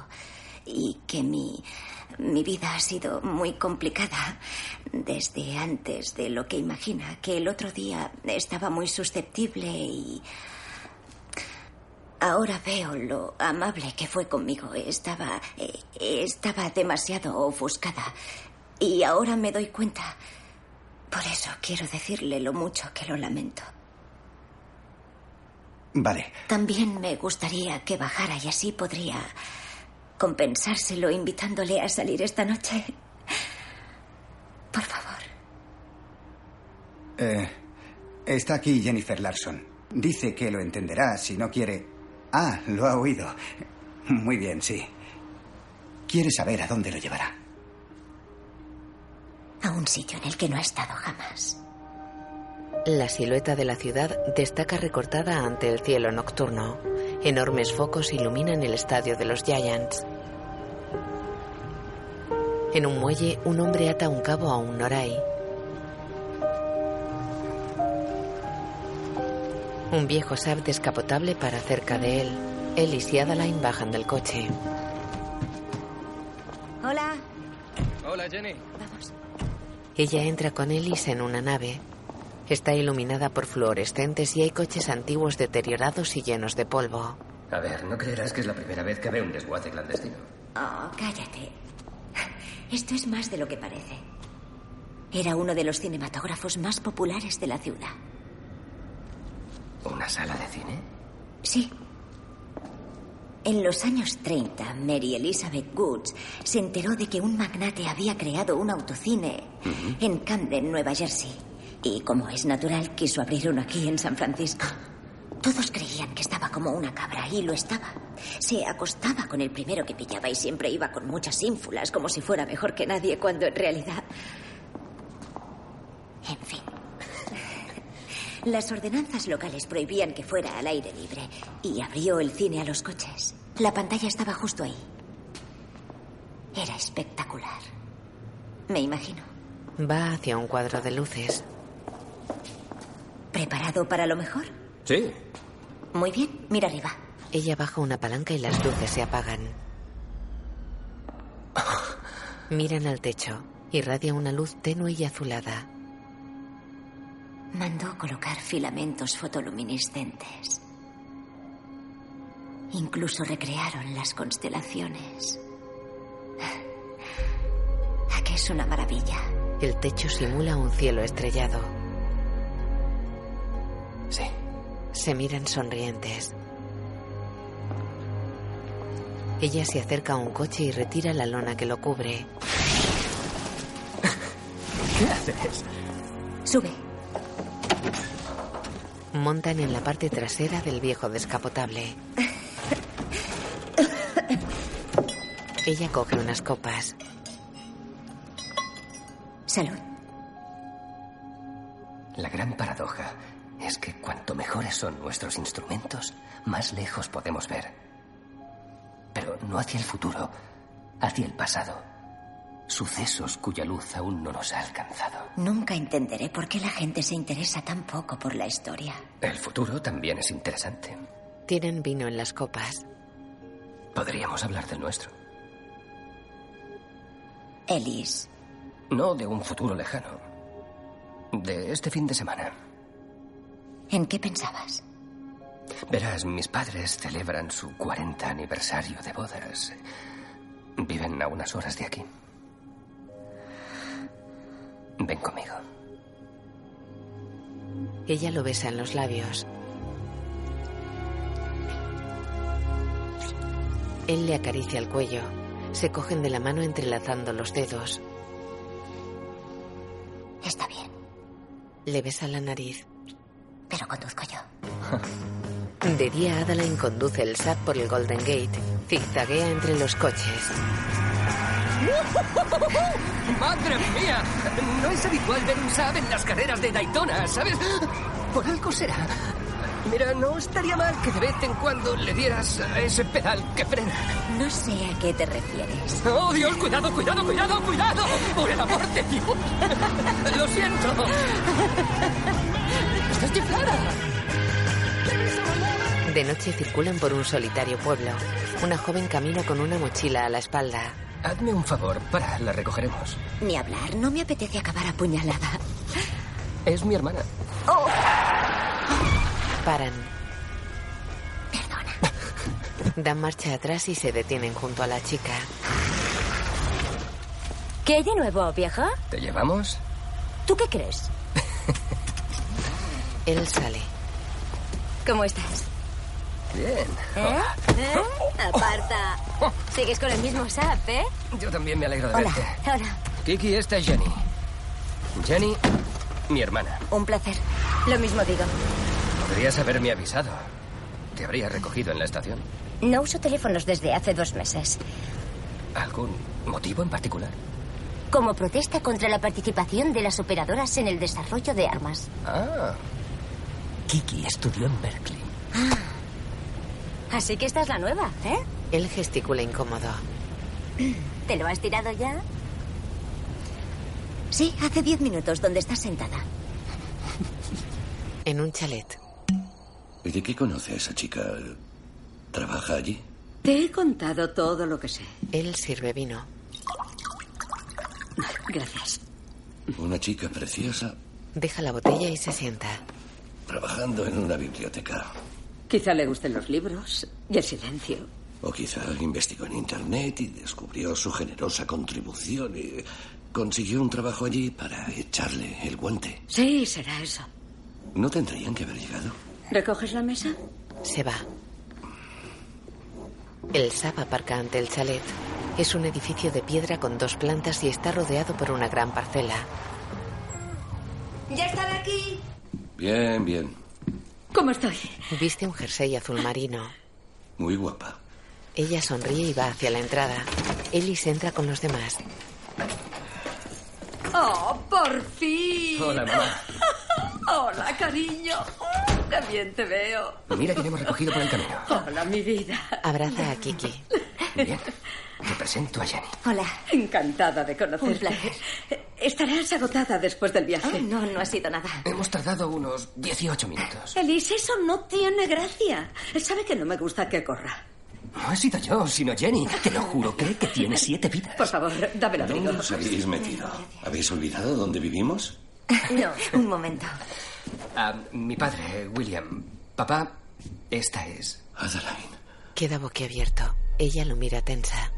Speaker 5: Y que mi, mi vida ha sido muy complicada desde antes de lo que imagina, que el otro día estaba muy susceptible y ahora veo lo amable que fue conmigo. Estaba eh, estaba demasiado ofuscada y ahora me doy cuenta. Por eso quiero decirle lo mucho que lo lamento.
Speaker 21: Vale.
Speaker 5: También me gustaría que bajara y así podría compensárselo invitándole a salir esta noche. Por favor.
Speaker 21: Eh, está aquí Jennifer Larson. Dice que lo entenderá si no quiere. Ah, lo ha oído. Muy bien, sí. Quiere saber a dónde lo llevará.
Speaker 5: A un sitio en el que no ha estado jamás.
Speaker 2: La silueta de la ciudad destaca recortada ante el cielo nocturno. Enormes focos iluminan el estadio de los Giants. En un muelle, un hombre ata un cabo a un noray. Un viejo Saab descapotable para cerca de él. Ellis y Adaline bajan del coche.
Speaker 5: Hola.
Speaker 14: Hola, Jenny.
Speaker 5: Vamos.
Speaker 2: Ella entra con Ellis en una nave. Está iluminada por fluorescentes y hay coches antiguos deteriorados y llenos de polvo.
Speaker 4: A ver, no creerás que es la primera vez que veo un desguace clandestino.
Speaker 5: Oh, cállate. Esto es más de lo que parece. Era uno de los cinematógrafos más populares de la ciudad.
Speaker 4: ¿Una sala de cine?
Speaker 5: Sí. En los años 30, Mary Elizabeth Woods se enteró de que un magnate había creado un autocine uh -huh. en Camden, Nueva Jersey. Y como es natural, quiso abrir uno aquí en San Francisco. Todos creían que estaba como una cabra y lo estaba. Se acostaba con el primero que pillaba y siempre iba con muchas ínfulas, como si fuera mejor que nadie, cuando en realidad... En fin. Las ordenanzas locales prohibían que fuera al aire libre y abrió el cine a los coches. La pantalla estaba justo ahí. Era espectacular. Me imagino.
Speaker 2: Va hacia un cuadro de luces.
Speaker 5: ¿Preparado para lo mejor?
Speaker 4: Sí.
Speaker 5: Muy bien, mira arriba.
Speaker 2: Ella baja una palanca y las luces se apagan. Miran al techo. Irradia una luz tenue y azulada.
Speaker 5: Mandó colocar filamentos fotoluminiscentes. Incluso recrearon las constelaciones. Aquí es una maravilla.
Speaker 2: El techo simula un cielo estrellado.
Speaker 4: Sí.
Speaker 2: Se miran sonrientes. Ella se acerca a un coche y retira la lona que lo cubre.
Speaker 4: ¿Qué haces?
Speaker 5: Sube.
Speaker 2: Montan en la parte trasera del viejo descapotable. Ella coge unas copas.
Speaker 5: Salud.
Speaker 4: La gran paradoja es que cuanto mejores son nuestros instrumentos, más lejos podemos ver. Pero no hacia el futuro, hacia el pasado. Sucesos cuya luz aún no nos ha alcanzado.
Speaker 5: Nunca entenderé por qué la gente se interesa tan poco por la historia.
Speaker 4: El futuro también es interesante.
Speaker 2: Tienen vino en las copas.
Speaker 4: Podríamos hablar del nuestro.
Speaker 5: Ellis.
Speaker 4: No de un futuro lejano. De este fin de semana.
Speaker 5: ¿En qué pensabas?
Speaker 4: Verás, mis padres celebran su 40 aniversario de bodas. Viven a unas horas de aquí. Ven conmigo.
Speaker 2: Ella lo besa en los labios. Él le acaricia el cuello. Se cogen de la mano entrelazando los dedos.
Speaker 5: Está bien.
Speaker 2: Le besa la nariz.
Speaker 5: Pero conduzco yo.
Speaker 2: De día, Adeline conduce el SAT por el Golden Gate. Zigzaguea entre los coches.
Speaker 13: ¡Madre mía! No es habitual ver un Saab en las carreras de Daytona, ¿sabes? Por algo será. Mira, no estaría mal que de vez en cuando le dieras a ese pedal que frena.
Speaker 5: No sé a qué te refieres.
Speaker 13: ¡Oh, Dios! ¡Cuidado, cuidado, cuidado, cuidado! ¡Por el amor de Dios! ¡Lo siento! ¡Estás chiflada!
Speaker 2: De noche circulan por un solitario pueblo. Una joven camina con una mochila a la espalda.
Speaker 4: Hazme un favor, para, la recogeremos.
Speaker 5: Ni hablar, no me apetece acabar apuñalada.
Speaker 4: Es mi hermana.
Speaker 5: ¡Oh!
Speaker 2: Paran.
Speaker 5: Perdona.
Speaker 2: Dan marcha atrás y se detienen junto a la chica.
Speaker 9: ¿Qué hay de nuevo, vieja?
Speaker 4: ¿Te llevamos?
Speaker 9: ¿Tú qué crees?
Speaker 2: Él sale.
Speaker 9: ¿Cómo estás?
Speaker 4: Bien.
Speaker 9: ¿Eh? ¿Eh? Aparta. Sigues con el mismo SAP, ¿eh?
Speaker 4: Yo también me alegro de
Speaker 9: Hola.
Speaker 4: verte.
Speaker 9: Hola.
Speaker 4: Kiki, esta es Jenny. Jenny, mi hermana.
Speaker 9: Un placer. Lo mismo digo.
Speaker 4: Podrías haberme avisado. Te habría recogido en la estación.
Speaker 9: No uso teléfonos desde hace dos meses.
Speaker 4: ¿Algún motivo en particular?
Speaker 9: Como protesta contra la participación de las operadoras en el desarrollo de armas.
Speaker 4: Ah. Kiki estudió en Berkeley.
Speaker 9: Ah, Así que esta es la nueva, ¿eh?
Speaker 2: Él gesticula incómodo.
Speaker 9: ¿Te lo has tirado ya?
Speaker 5: Sí, hace diez minutos, donde estás sentada.
Speaker 2: En un chalet.
Speaker 22: ¿Y de qué conoce a esa chica? ¿Trabaja allí?
Speaker 23: Te he contado todo lo que sé.
Speaker 2: Él sirve vino.
Speaker 23: Gracias.
Speaker 22: Una chica preciosa
Speaker 2: Deja la botella y se sienta.
Speaker 22: trabajando en una biblioteca.
Speaker 23: Quizá le gusten los libros y el silencio.
Speaker 22: O quizá investigó en Internet y descubrió su generosa contribución y consiguió un trabajo allí para echarle el guante.
Speaker 23: Sí, será eso.
Speaker 22: ¿No tendrían que haber llegado?
Speaker 23: ¿Recoges la mesa?
Speaker 2: Se va. El SAP aparca ante el chalet. Es un edificio de piedra con dos plantas y está rodeado por una gran parcela.
Speaker 9: ¡Ya están aquí!
Speaker 22: Bien, bien.
Speaker 23: ¿Cómo estoy?
Speaker 2: Viste un jersey azul marino.
Speaker 22: Muy guapa.
Speaker 2: Ella sonríe y va hacia la entrada. Ellis entra con los demás.
Speaker 23: ¡Oh, por fin!
Speaker 4: Hola, mamá.
Speaker 23: Hola, cariño. También te veo.
Speaker 4: Mira que le hemos recogido por el camino.
Speaker 23: Hola, mi vida.
Speaker 2: Abraza a Kiki.
Speaker 4: Bien. Te presento a Jenny.
Speaker 23: Hola. Encantada de conocerte. Estarás agotada después del viaje.
Speaker 9: Oh,
Speaker 23: no, no ha sido nada.
Speaker 4: Hemos tardado unos 18 minutos.
Speaker 23: Elise, eso no tiene gracia. Sabe que no me gusta que corra.
Speaker 4: No he sido yo, sino Jenny. Te lo juro, cree que tiene siete vidas.
Speaker 23: Por favor, dame el abrigo.
Speaker 22: ¿Dónde os habéis metido? ¿Habéis olvidado dónde vivimos?
Speaker 5: No, un momento.
Speaker 4: Ah, mi padre, William. Papá, esta es.
Speaker 2: Queda boquiabierto. Ella lo mira tensa.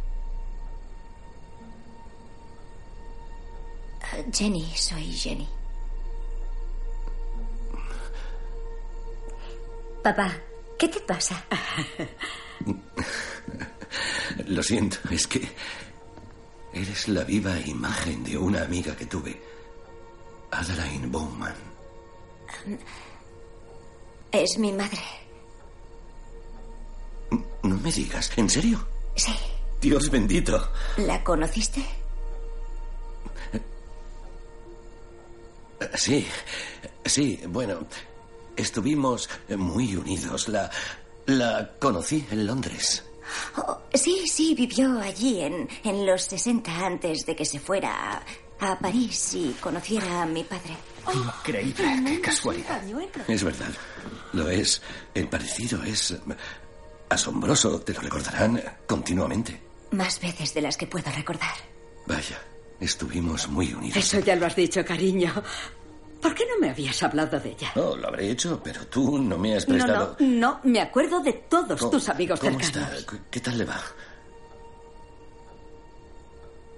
Speaker 5: Jenny, soy Jenny.
Speaker 16: Papá, ¿qué te pasa?
Speaker 22: Lo siento, es que eres la viva imagen de una amiga que tuve, Adeline Bowman.
Speaker 5: Es mi madre.
Speaker 22: No me digas, ¿en serio?
Speaker 5: Sí.
Speaker 22: Dios bendito.
Speaker 5: ¿La conociste?
Speaker 22: Sí, sí, bueno, estuvimos muy unidos. La, la conocí en Londres.
Speaker 5: Oh, sí, sí, vivió allí en, en los 60 antes de que se fuera a, a París y conociera a mi padre.
Speaker 4: Increíble, qué casualidad.
Speaker 22: Es verdad, lo es. El parecido es eh, asombroso, te lo recordarán continuamente.
Speaker 5: Más veces de las que puedo recordar.
Speaker 22: Vaya, estuvimos muy unidos.
Speaker 23: Eso ya lo has dicho, cariño. ¿Por qué no me habías hablado de ella?
Speaker 22: Oh, lo habré hecho, pero tú no me has
Speaker 23: No,
Speaker 22: prestado...
Speaker 23: no, no. Me acuerdo de todos
Speaker 22: ¿Cómo-
Speaker 23: tus amigos
Speaker 22: ¿Cómo
Speaker 23: cercanos.
Speaker 22: está? ¿Qué- ¿Qué tal le va?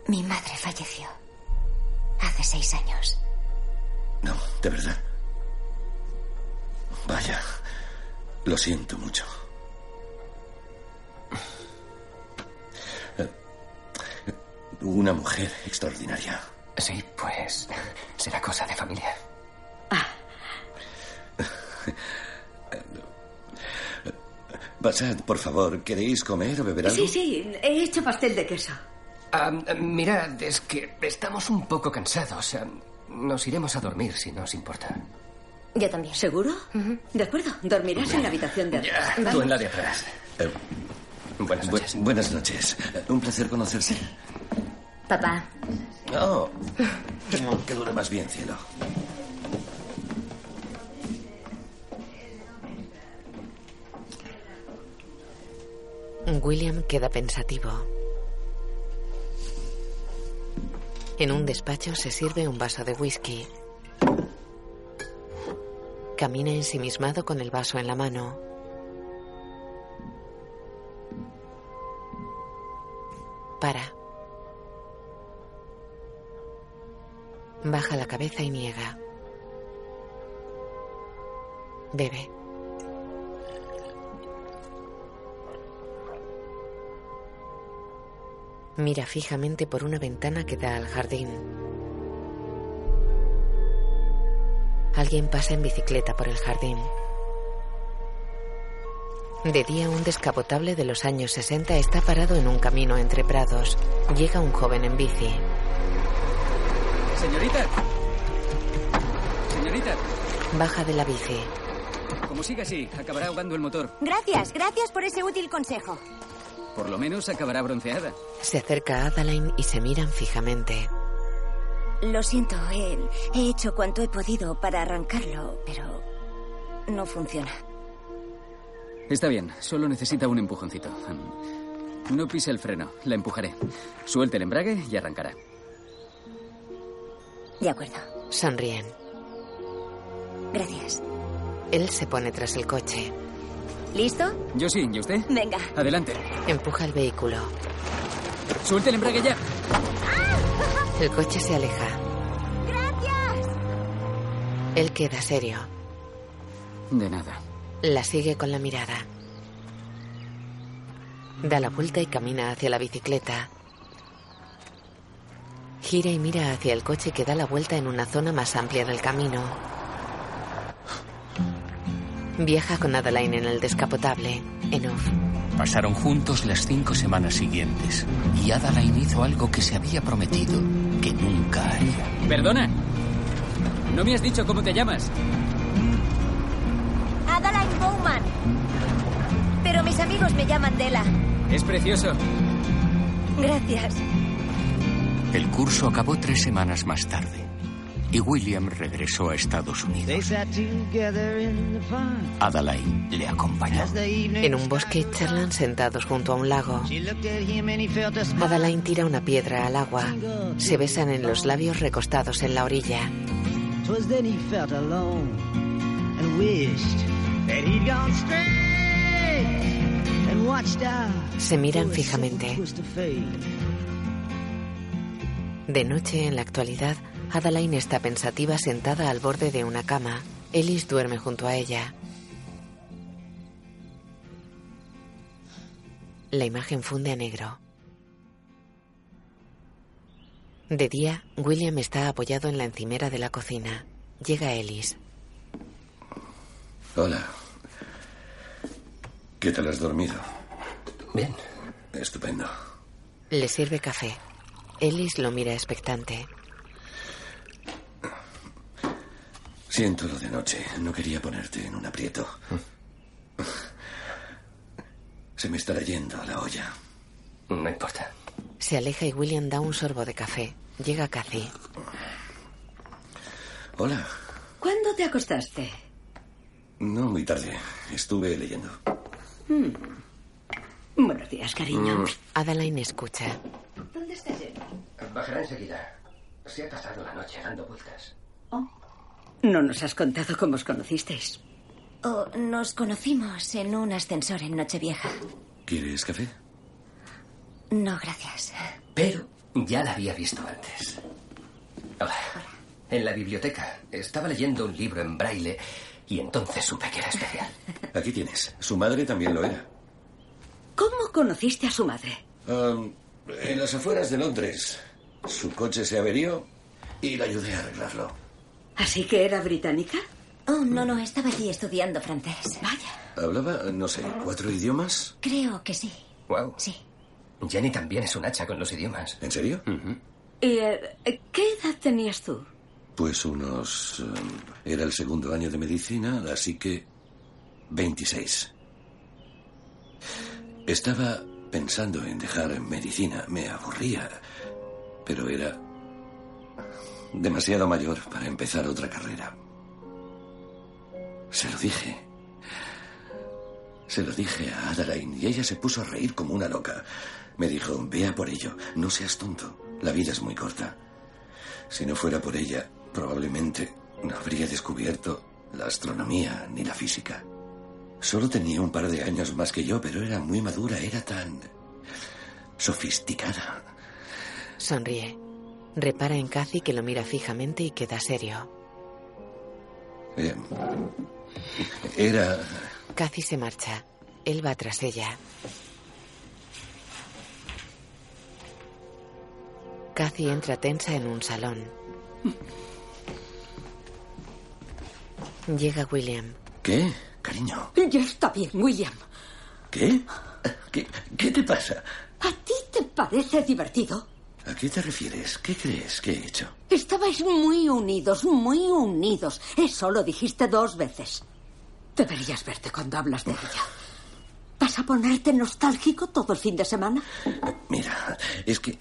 Speaker 5: Mi madre falleció hace seis años.
Speaker 22: No, de verdad. Vaya, lo siento mucho. Eh, Una mujer extraordinaria.
Speaker 4: Sí, pues será cosa de familia.
Speaker 22: Pasad, por favor, ¿queréis comer o beber algo?
Speaker 23: Sí, sí, he hecho pastel de queso.
Speaker 4: Ah, mirad, es que estamos un poco cansados. Ah, Nos iremos a dormir, si no os importa.
Speaker 23: Yo también. ¿Seguro? De acuerdo, dormirás en la habitación de atrás.
Speaker 4: Tú en la de atrás.
Speaker 22: Buenas noches. Eh, buenas noches. Eh, Un placer conocerse.
Speaker 16: Papá,
Speaker 22: Oh, que dure más bien, cielo.
Speaker 2: William queda pensativo. En un despacho se sirve un vaso de whisky. Camina ensimismado con el vaso en la mano. Para. Baja la cabeza y niega. Bebe. Mira fijamente por una ventana que da al jardín. Alguien pasa en bicicleta por el jardín. De día un descapotable de los años 60 está parado en un camino entre prados. Llega un joven en bici.
Speaker 14: Señorita. Señorita,
Speaker 2: Baja de la bici.
Speaker 14: como siga así, acabará ahogando el motor.
Speaker 9: Gracias, gracias por ese útil consejo.
Speaker 14: Por lo menos acabará bronceada.
Speaker 2: Se acerca a Adeline y se miran fijamente.
Speaker 5: Lo siento, he, he hecho cuanto he podido para arrancarlo, pero no funciona.
Speaker 14: Está bien, solo necesita un empujoncito. No pise el freno, la empujaré. Suelte el embrague y arrancará.
Speaker 5: De acuerdo.
Speaker 2: Sonríen.
Speaker 5: Gracias.
Speaker 2: Él se pone tras el coche.
Speaker 5: ¿Listo?
Speaker 14: Yo sí, ¿y usted?
Speaker 5: Venga.
Speaker 14: Adelante.
Speaker 2: Empuja el vehículo.
Speaker 14: Suelte el embrague ya.
Speaker 2: El coche se aleja. Él queda serio.
Speaker 14: De nada.
Speaker 2: La sigue con la mirada. Da la vuelta y camina hacia la bicicleta. Gira y mira hacia el coche que da la vuelta en una zona más amplia del camino. Viaja con Adeline en el descapotable, en off.
Speaker 3: Pasaron juntos las cinco semanas siguientes y Adeline hizo algo que se había prometido que nunca haría.
Speaker 14: Perdona. ¿No me has dicho cómo te llamas?
Speaker 9: Pero mis amigos me llaman Dela.
Speaker 4: Es precioso.
Speaker 9: Gracias.
Speaker 3: El curso acabó tres semanas más tarde y William regresó a Estados Unidos. Adelaide le acompañó.
Speaker 2: En un bosque charlan sentados junto a un lago. Madeline tira una piedra al agua. Se besan en los labios recostados en la orilla. Se miran fijamente. De noche, en la actualidad, Adeline está pensativa sentada al borde de una cama. Ellis duerme junto a ella. La imagen funde a negro. De día, William está apoyado en la encimera de la cocina. Llega Ellis.
Speaker 22: Hola. ¿Qué tal has dormido?
Speaker 4: Bien.
Speaker 22: Estupendo.
Speaker 2: Le sirve café. Ellis lo mira expectante.
Speaker 22: Siento lo de noche. No quería ponerte en un aprieto. Se me estará yendo la olla.
Speaker 4: No importa.
Speaker 2: Se aleja y William da un sorbo de café. Llega Cathy.
Speaker 22: Hola.
Speaker 23: ¿Cuándo te acostaste?
Speaker 22: No muy tarde. Estuve leyendo.
Speaker 23: Mm. Buenos días, cariño.
Speaker 22: Mm.
Speaker 2: Adeline escucha.
Speaker 23: ¿Dónde está Jenny?
Speaker 4: Bajará enseguida. Se ha pasado la noche dando vueltas.
Speaker 23: No nos has contado cómo os conocisteis.
Speaker 5: Oh, nos conocimos en un ascensor en Nochevieja.
Speaker 22: ¿Quieres café?
Speaker 5: No, gracias.
Speaker 4: Pero ya la había visto antes. Hola. En la biblioteca estaba leyendo un libro en braille y entonces supe que era especial.
Speaker 22: Aquí tienes. Su madre también lo era.
Speaker 23: ¿Cómo conociste a su madre?
Speaker 22: Am, Em, en las afueras de Londres. Su coche se averió y la ayudé a arreglarlo.
Speaker 23: ¿Así que era británica?
Speaker 5: Oh, no, no, estaba allí estudiando francés. Vaya.
Speaker 22: ¿Hablaba, no sé, cuatro idiomas?
Speaker 5: Creo que sí.
Speaker 4: Wow.
Speaker 5: Sí.
Speaker 4: Jenny también es un hacha con los idiomas.
Speaker 22: ¿En serio?
Speaker 23: ¿Y eh, qué edad tenías tú?
Speaker 22: Pues unos... um, era el segundo año de medicina, así que... 26. Estaba pensando en dejar medicina. Me aburría. Pero era... demasiado mayor para empezar otra carrera. Se lo dije. Se lo dije a Adeline y ella se puso a reír como una loca. Me dijo, vea por ello, no seas tonto. La vida es muy corta. Si no fuera por ella, probablemente no habría descubierto la astronomía ni la física. Solo tenía un par de años más que yo, pero era muy madura, era tan sofisticada.
Speaker 2: Sonríe. Repara en Cathy que lo mira fijamente y queda serio.
Speaker 22: Eh, Era...
Speaker 2: Cathy se marcha. Él va tras ella. Cathy entra tensa en un salón. Llega William.
Speaker 22: ¿Qué? Cariño,
Speaker 23: Ya está bien, William.
Speaker 22: ¿qué? ¿Qué, qué te pasa?
Speaker 23: ¿A ti te parece divertido?
Speaker 22: ¿A qué te refieres? ¿Qué crees que he hecho?
Speaker 23: Estabais muy unidos, muy unidos. Eso lo dijiste dos veces. Deberías verte cuando hablas de ella. ¿Vas a ponerte nostálgico todo el fin de semana?
Speaker 22: Mira, es que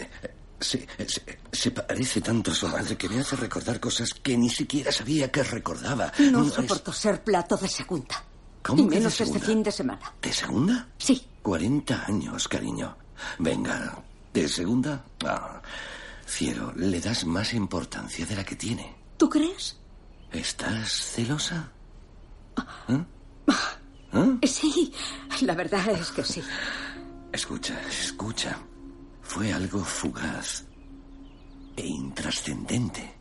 Speaker 22: se, se, se parece tanto a su madre que me hace recordar cosas que ni siquiera sabía que recordaba.
Speaker 23: No,
Speaker 22: es-
Speaker 23: soporto ser plato de segunda.
Speaker 22: ¿Cómo
Speaker 23: y
Speaker 22: que de
Speaker 23: menos este
Speaker 22: segunda?
Speaker 23: fin de semana.
Speaker 22: ¿De segunda?
Speaker 23: Sí.
Speaker 22: 40 años, cariño. Venga, ¿de segunda? Ah, Cielo, le das más importancia de la que tiene.
Speaker 23: ¿Tú crees?
Speaker 22: ¿Estás celosa?
Speaker 23: Sí, la verdad es que sí.
Speaker 22: Escucha, escucha. Fue algo fugaz e intrascendente.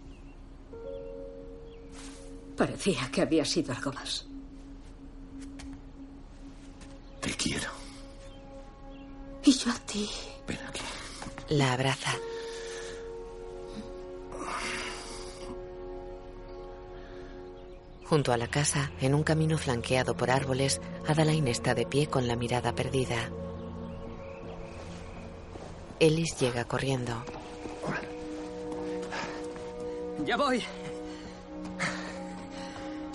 Speaker 23: Parecía que había sido algo más.
Speaker 22: Te quiero.
Speaker 23: Y yo a ti.
Speaker 2: La abraza. Junto a la casa, en un camino flanqueado por árboles, Adeline está de pie con la mirada perdida. Ellis llega corriendo.
Speaker 13: Ya voy.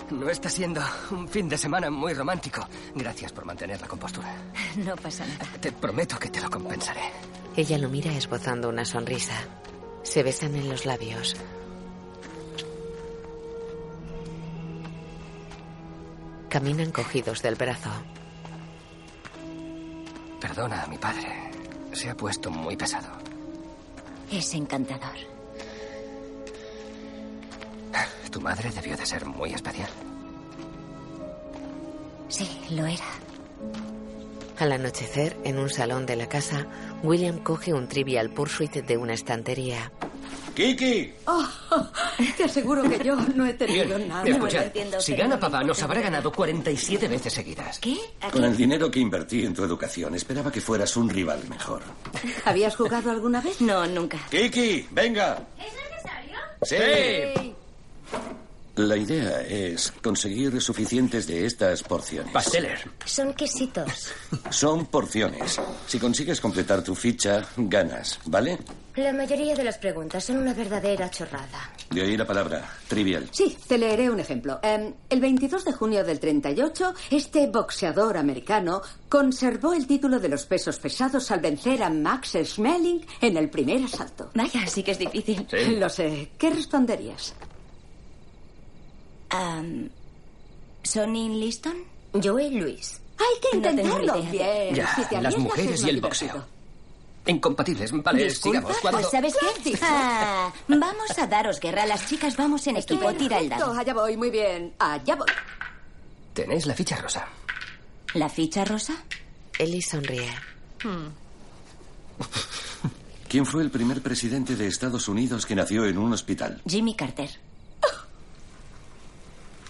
Speaker 4: No está siendo un fin de semana muy romántico. Gracias por mantener la compostura.
Speaker 5: No pasa nada.
Speaker 4: Te prometo que te lo compensaré.
Speaker 2: Ella lo mira esbozando una sonrisa. Se besan en los labios. Caminan cogidos del brazo.
Speaker 4: Perdona a mi padre. Se ha puesto muy pesado.
Speaker 24: Es encantador.
Speaker 4: Tu madre debió de ser muy especial.
Speaker 24: Sí, lo era.
Speaker 2: Al anochecer, en un salón de la casa, William coge un Trivial Pursuit de una estantería.
Speaker 22: ¡Kiki!
Speaker 23: Oh, te aseguro que yo no he tenido
Speaker 4: Bien,
Speaker 23: nada.
Speaker 4: escuchad, si gana papá, nos habrá ganado 47 veces seguidas.
Speaker 24: ¿Qué?
Speaker 22: Con el dinero que invertí en tu educación, esperaba que fueras un rival mejor.
Speaker 23: ¿Habías jugado alguna vez?
Speaker 24: No, nunca.
Speaker 22: ¡Kiki! ¡Venga!
Speaker 5: ¿Es necesario?
Speaker 22: Sí. La idea es conseguir suficientes de estas porciones.
Speaker 4: Pasteler.
Speaker 24: Son quesitos.
Speaker 22: Son porciones. Si consigues completar tu ficha, ganas, ¿vale?
Speaker 24: La mayoría de las preguntas son una verdadera chorrada.
Speaker 22: De ahí la palabra, trivial.
Speaker 23: Sí, te leeré un ejemplo. Em, el 22 de junio del 38, este boxeador americano conservó el título de los pesos pesados al vencer a Max Schmeling en el primer asalto.
Speaker 5: Vaya, sí que es difícil.
Speaker 23: Lo sé. ¿Qué responderías?
Speaker 5: Am, ¿Sonny Liston?
Speaker 24: Joey Luis.
Speaker 23: Hay que
Speaker 5: No tengo
Speaker 23: intentarlo.
Speaker 5: ni idea.
Speaker 23: Bien.
Speaker 4: Ya,
Speaker 23: Eh, Si te
Speaker 4: las
Speaker 23: arriesgas,
Speaker 4: mujeres
Speaker 23: es
Speaker 4: y el
Speaker 23: más
Speaker 4: boxeo. Incompatibles, vale,
Speaker 5: Disculpa,
Speaker 4: sigamos. Cuando-
Speaker 5: pues ¿sabes qué? Ah, vamos a daros guerra. Las chicas vamos en equipo. Tira el
Speaker 23: Perfecto,
Speaker 5: dado.
Speaker 23: Allá voy, muy bien. Allá voy.
Speaker 4: Tenéis la ficha rosa.
Speaker 5: ¿La ficha rosa?
Speaker 2: Ellie sonríe.
Speaker 22: ¿Quién fue el primer presidente de Estados Unidos que nació en un hospital?
Speaker 5: Jimmy Carter.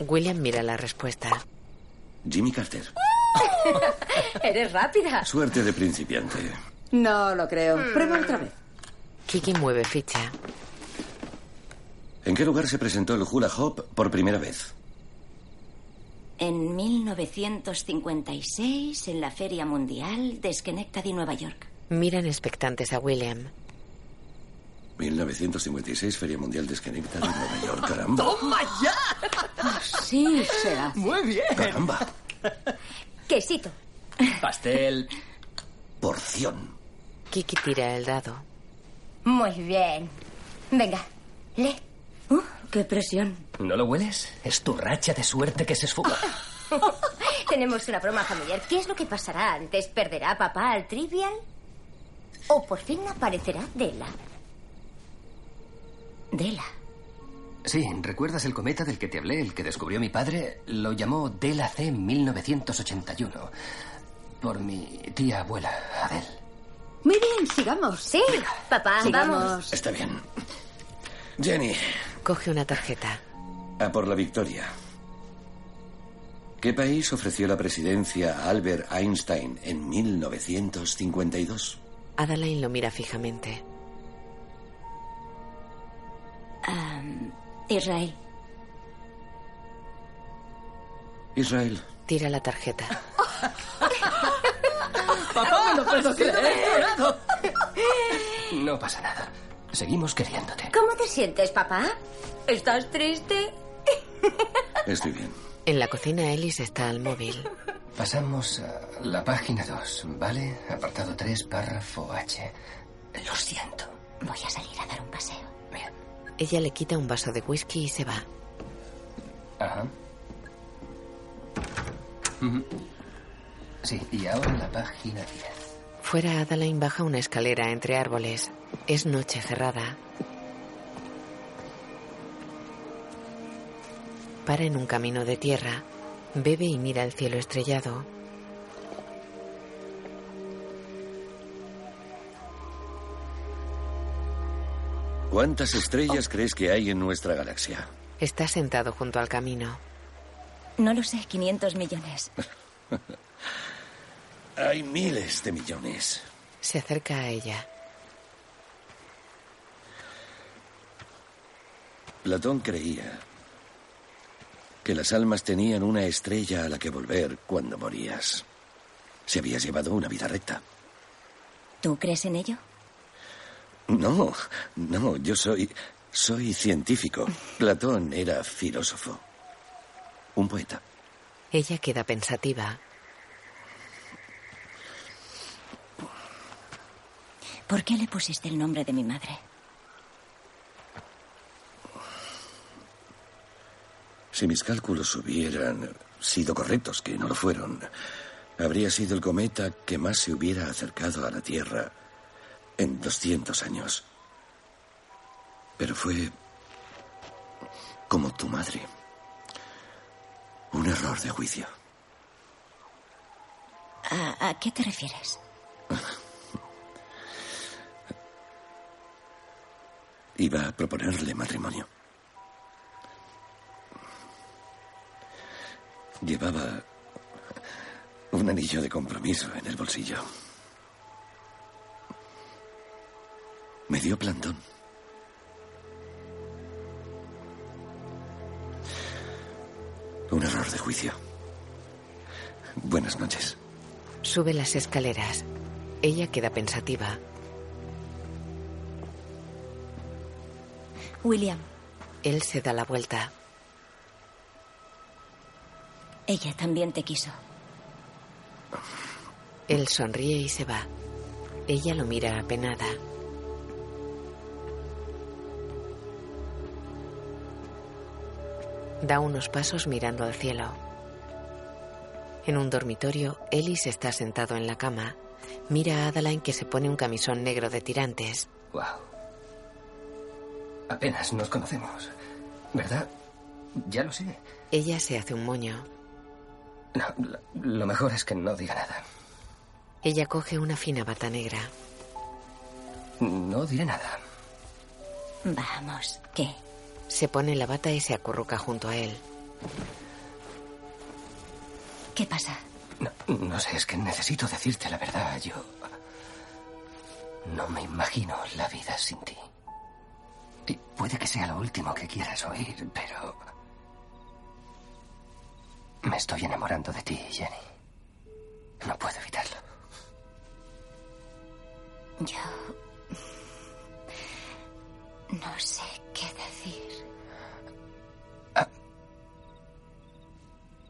Speaker 2: William mira la respuesta.
Speaker 22: Jimmy Carter.
Speaker 24: Eres rápida.
Speaker 22: Suerte de principiante.
Speaker 23: No lo creo. Prueba otra vez.
Speaker 2: Kiki mueve ficha.
Speaker 22: ¿En qué lugar se presentó el hula hop por primera vez?
Speaker 5: En 1956, en la Feria Mundial de Schenectady, Nueva York.
Speaker 2: Miran expectantes a William.
Speaker 22: 1956, Feria Mundial de Schenectady, Nueva York. Caramba.
Speaker 5: ¡Toma ya!
Speaker 23: Así se hace.
Speaker 5: Muy bien.
Speaker 22: Caramba.
Speaker 24: Quesito.
Speaker 4: Pastel.
Speaker 22: Porción.
Speaker 2: Kiki tira el dado.
Speaker 24: Muy bien. Venga, lee.
Speaker 5: Oh,
Speaker 24: Uh, qué presión.
Speaker 4: ¿No lo hueles? Es tu racha de suerte que se esfuma.
Speaker 23: Ah,
Speaker 24: Tenemos una broma familiar. ¿Qué es lo que pasará antes? ¿Perderá papá al trivial? ¿O por fin aparecerá Della? Della.
Speaker 4: Sí, ¿recuerdas el cometa del que te hablé, el que descubrió mi padre? Lo llamó Dela C 1981. Por mi tía abuela, Adele.
Speaker 23: Muy bien, sigamos.
Speaker 24: Sí, papá,
Speaker 23: Sigamos.
Speaker 24: vamos.
Speaker 22: Está bien. Jenny,
Speaker 2: Coge una tarjeta.
Speaker 22: a por la victoria. ¿Qué país ofreció la presidencia a Albert Einstein en 1952?
Speaker 2: Adeline lo mira fijamente.
Speaker 5: Am, Israel.
Speaker 22: Israel.
Speaker 2: Tira la tarjeta.
Speaker 4: ¡Papá! ¡No
Speaker 5: puedo creer!
Speaker 4: No pasa nada. Seguimos queriéndote.
Speaker 24: ¿Cómo te sientes, papá? ¿Estás triste?
Speaker 22: Estoy bien.
Speaker 2: En la cocina, Ellis está al móvil.
Speaker 4: Pasamos a la página 2, ¿vale? Apartado 3, párrafo H. Lo siento.
Speaker 24: Voy a salir a dar un paseo.
Speaker 2: Ella le quita un vaso de whisky y se va.
Speaker 4: Ajá. Ujú. Sí, y ahora la página 10.
Speaker 2: Fuera, Adeline baja una escalera entre árboles. Es noche cerrada. Para en un camino de tierra. Bebe y mira el cielo estrellado.
Speaker 22: ¿Cuántas estrellas crees que hay en nuestra galaxia?
Speaker 2: Está sentado junto al camino.
Speaker 5: No lo sé, 500 millones.
Speaker 22: Hay miles de millones.
Speaker 2: Se acerca a ella.
Speaker 22: Platón creía que las almas tenían una estrella a la que volver cuando morías. Si habías llevado una vida recta.
Speaker 5: ¿Tú crees en ello?
Speaker 22: No, no, yo soy. soy científico. Platón era filósofo. Un poeta.
Speaker 2: Ella queda pensativa.
Speaker 5: ¿Por qué le pusiste el nombre de mi madre?
Speaker 22: Si mis cálculos hubieran sido correctos, que no lo fueron, habría sido el cometa que más se hubiera acercado a la Tierra en 200 años. Pero fue como tu madre. Un error de juicio.
Speaker 5: ¿A, a qué te refieres?
Speaker 22: Iba a proponerle matrimonio. Llevaba un anillo de compromiso en el bolsillo. Me dio plantón. Un error de juicio. Buenas noches.
Speaker 2: Sube las escaleras. Ella queda pensativa.
Speaker 5: William,
Speaker 2: Él se da la vuelta.
Speaker 5: ella también te quiso.
Speaker 2: Él sonríe y se va. Ella lo mira apenada. Da unos pasos mirando al cielo. En un dormitorio, Ellis está sentado en la cama. Mira a Adeline que se pone un camisón negro de tirantes.
Speaker 19: Wow. Apenas nos conocemos. ¿Verdad? Ya lo sé.
Speaker 2: Ella se hace un moño.
Speaker 19: No, lo, lo mejor es que no diga nada.
Speaker 2: Ella coge una fina bata negra.
Speaker 19: No diré nada.
Speaker 5: Vamos, ¿qué?
Speaker 2: Se pone la bata y se acurruca junto a él.
Speaker 5: ¿Qué pasa?
Speaker 19: No, no sé, es que necesito decirte la verdad. Yo. No me imagino la vida sin ti. Y puede que sea lo último que quieras oír, pero. Me estoy enamorando de ti, Jenny. No puedo evitarlo.
Speaker 5: Yo... No sé qué decir.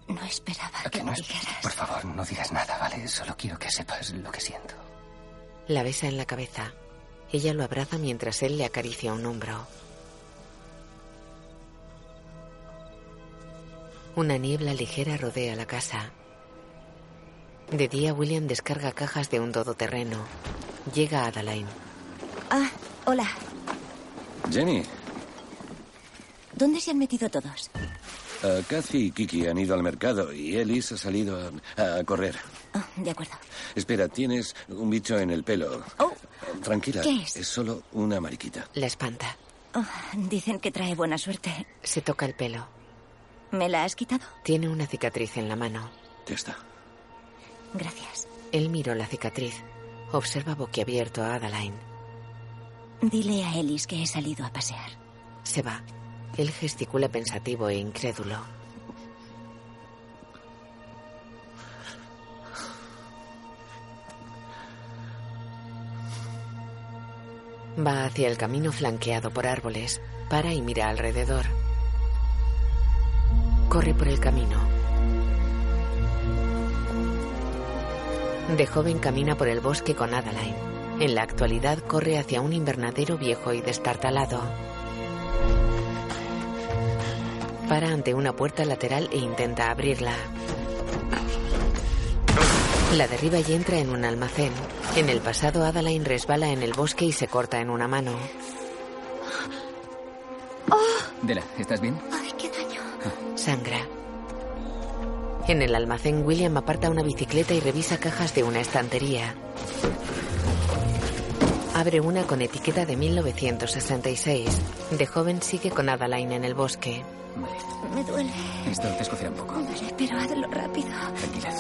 Speaker 5: No esperaba que me dijeras.
Speaker 19: Por favor, no digas nada, ¿vale? Solo quiero que sepas lo que siento.
Speaker 2: La besa en la cabeza. Ella lo abraza mientras él le acaricia un hombro. Una niebla ligera rodea la casa. De día, William descarga cajas de un todoterreno. Llega a Adaline.
Speaker 5: Ah, hola.
Speaker 22: Jenny,
Speaker 5: ¿Dónde se han metido todos?
Speaker 22: eh, Kathy y Kiki han ido al mercado y Ellis ha salido a, a correr.
Speaker 5: Ah, de acuerdo.
Speaker 22: Espera, tienes un bicho en el pelo. Tranquila,
Speaker 5: ¿Qué es?
Speaker 22: solo una mariquita.
Speaker 2: La espanta.
Speaker 5: Ah, dicen que trae buena suerte.
Speaker 2: Se toca el pelo.
Speaker 5: ¿Me la has quitado?
Speaker 2: Tiene una cicatriz en la mano.
Speaker 22: Ya está.
Speaker 5: Gracias.
Speaker 2: Él miró la cicatriz. Observa boquiabierto a Adaline.
Speaker 5: Dile a Ellis que he salido a pasear.
Speaker 2: Se va. Él gesticula pensativo e incrédulo. Va hacia el camino flanqueado por árboles. Para y mira alrededor. Corre por el camino. De joven camina por el bosque con Adeline. En la actualidad corre hacia un invernadero viejo y destartalado. Para ante una puerta lateral e intenta abrirla. La derriba y entra en un almacén. En el pasado, Adeline resbala en el bosque y se corta en una mano.
Speaker 19: Dela, ¿estás bien?
Speaker 5: Ay, qué daño.
Speaker 2: Sangra. En el almacén, William aparta una bicicleta y revisa cajas de una estantería. Abre una con etiqueta de 1966. De joven sigue con Adaline en el bosque.
Speaker 5: Me duele.
Speaker 19: Esto te escocerá un poco.
Speaker 5: Vale, pero hazlo rápido.
Speaker 19: Tranquila.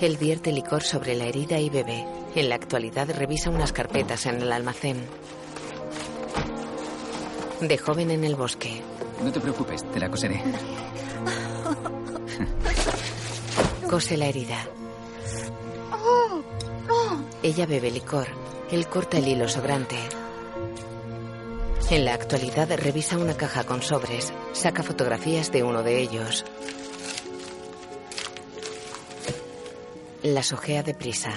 Speaker 2: Él vierte licor sobre la herida y bebe. En la actualidad revisa unas carpetas en el almacén. De joven en el bosque.
Speaker 19: No te preocupes, te la coseré.
Speaker 2: Cose la herida.
Speaker 23: Oh,
Speaker 2: Ella bebe licor. Él corta el hilo sobrante. En la actualidad revisa una caja con sobres. Saca fotografías de uno de ellos. Las ojea deprisa.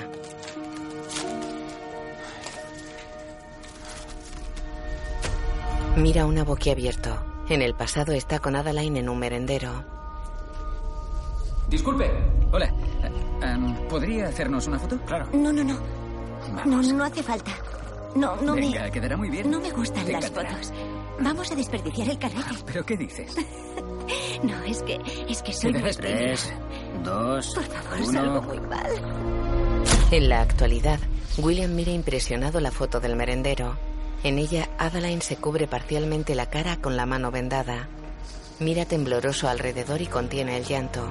Speaker 2: Mira una boquiabierto. En el pasado está con Adeline en un merendero.
Speaker 4: Disculpe. Hola. Em, ¿Podría hacernos una foto? Claro.
Speaker 5: No, no, no. No, no hace falta. No, no
Speaker 4: Venga,
Speaker 5: me.
Speaker 4: quedará muy bien.
Speaker 5: No me gustan
Speaker 4: Te
Speaker 5: las
Speaker 4: encantará.
Speaker 5: fotos. Vamos a desperdiciar el carácter.
Speaker 4: Ah, ¿Pero qué dices?
Speaker 5: No, es que. Es que soy. muy
Speaker 4: tres,
Speaker 5: Mm.
Speaker 4: dos,
Speaker 5: Por favor, es algo muy mal.
Speaker 2: En la actualidad, William mira impresionado la foto del merendero. En ella, Adeline se cubre parcialmente la cara con la mano vendada. Mira tembloroso alrededor y contiene el llanto.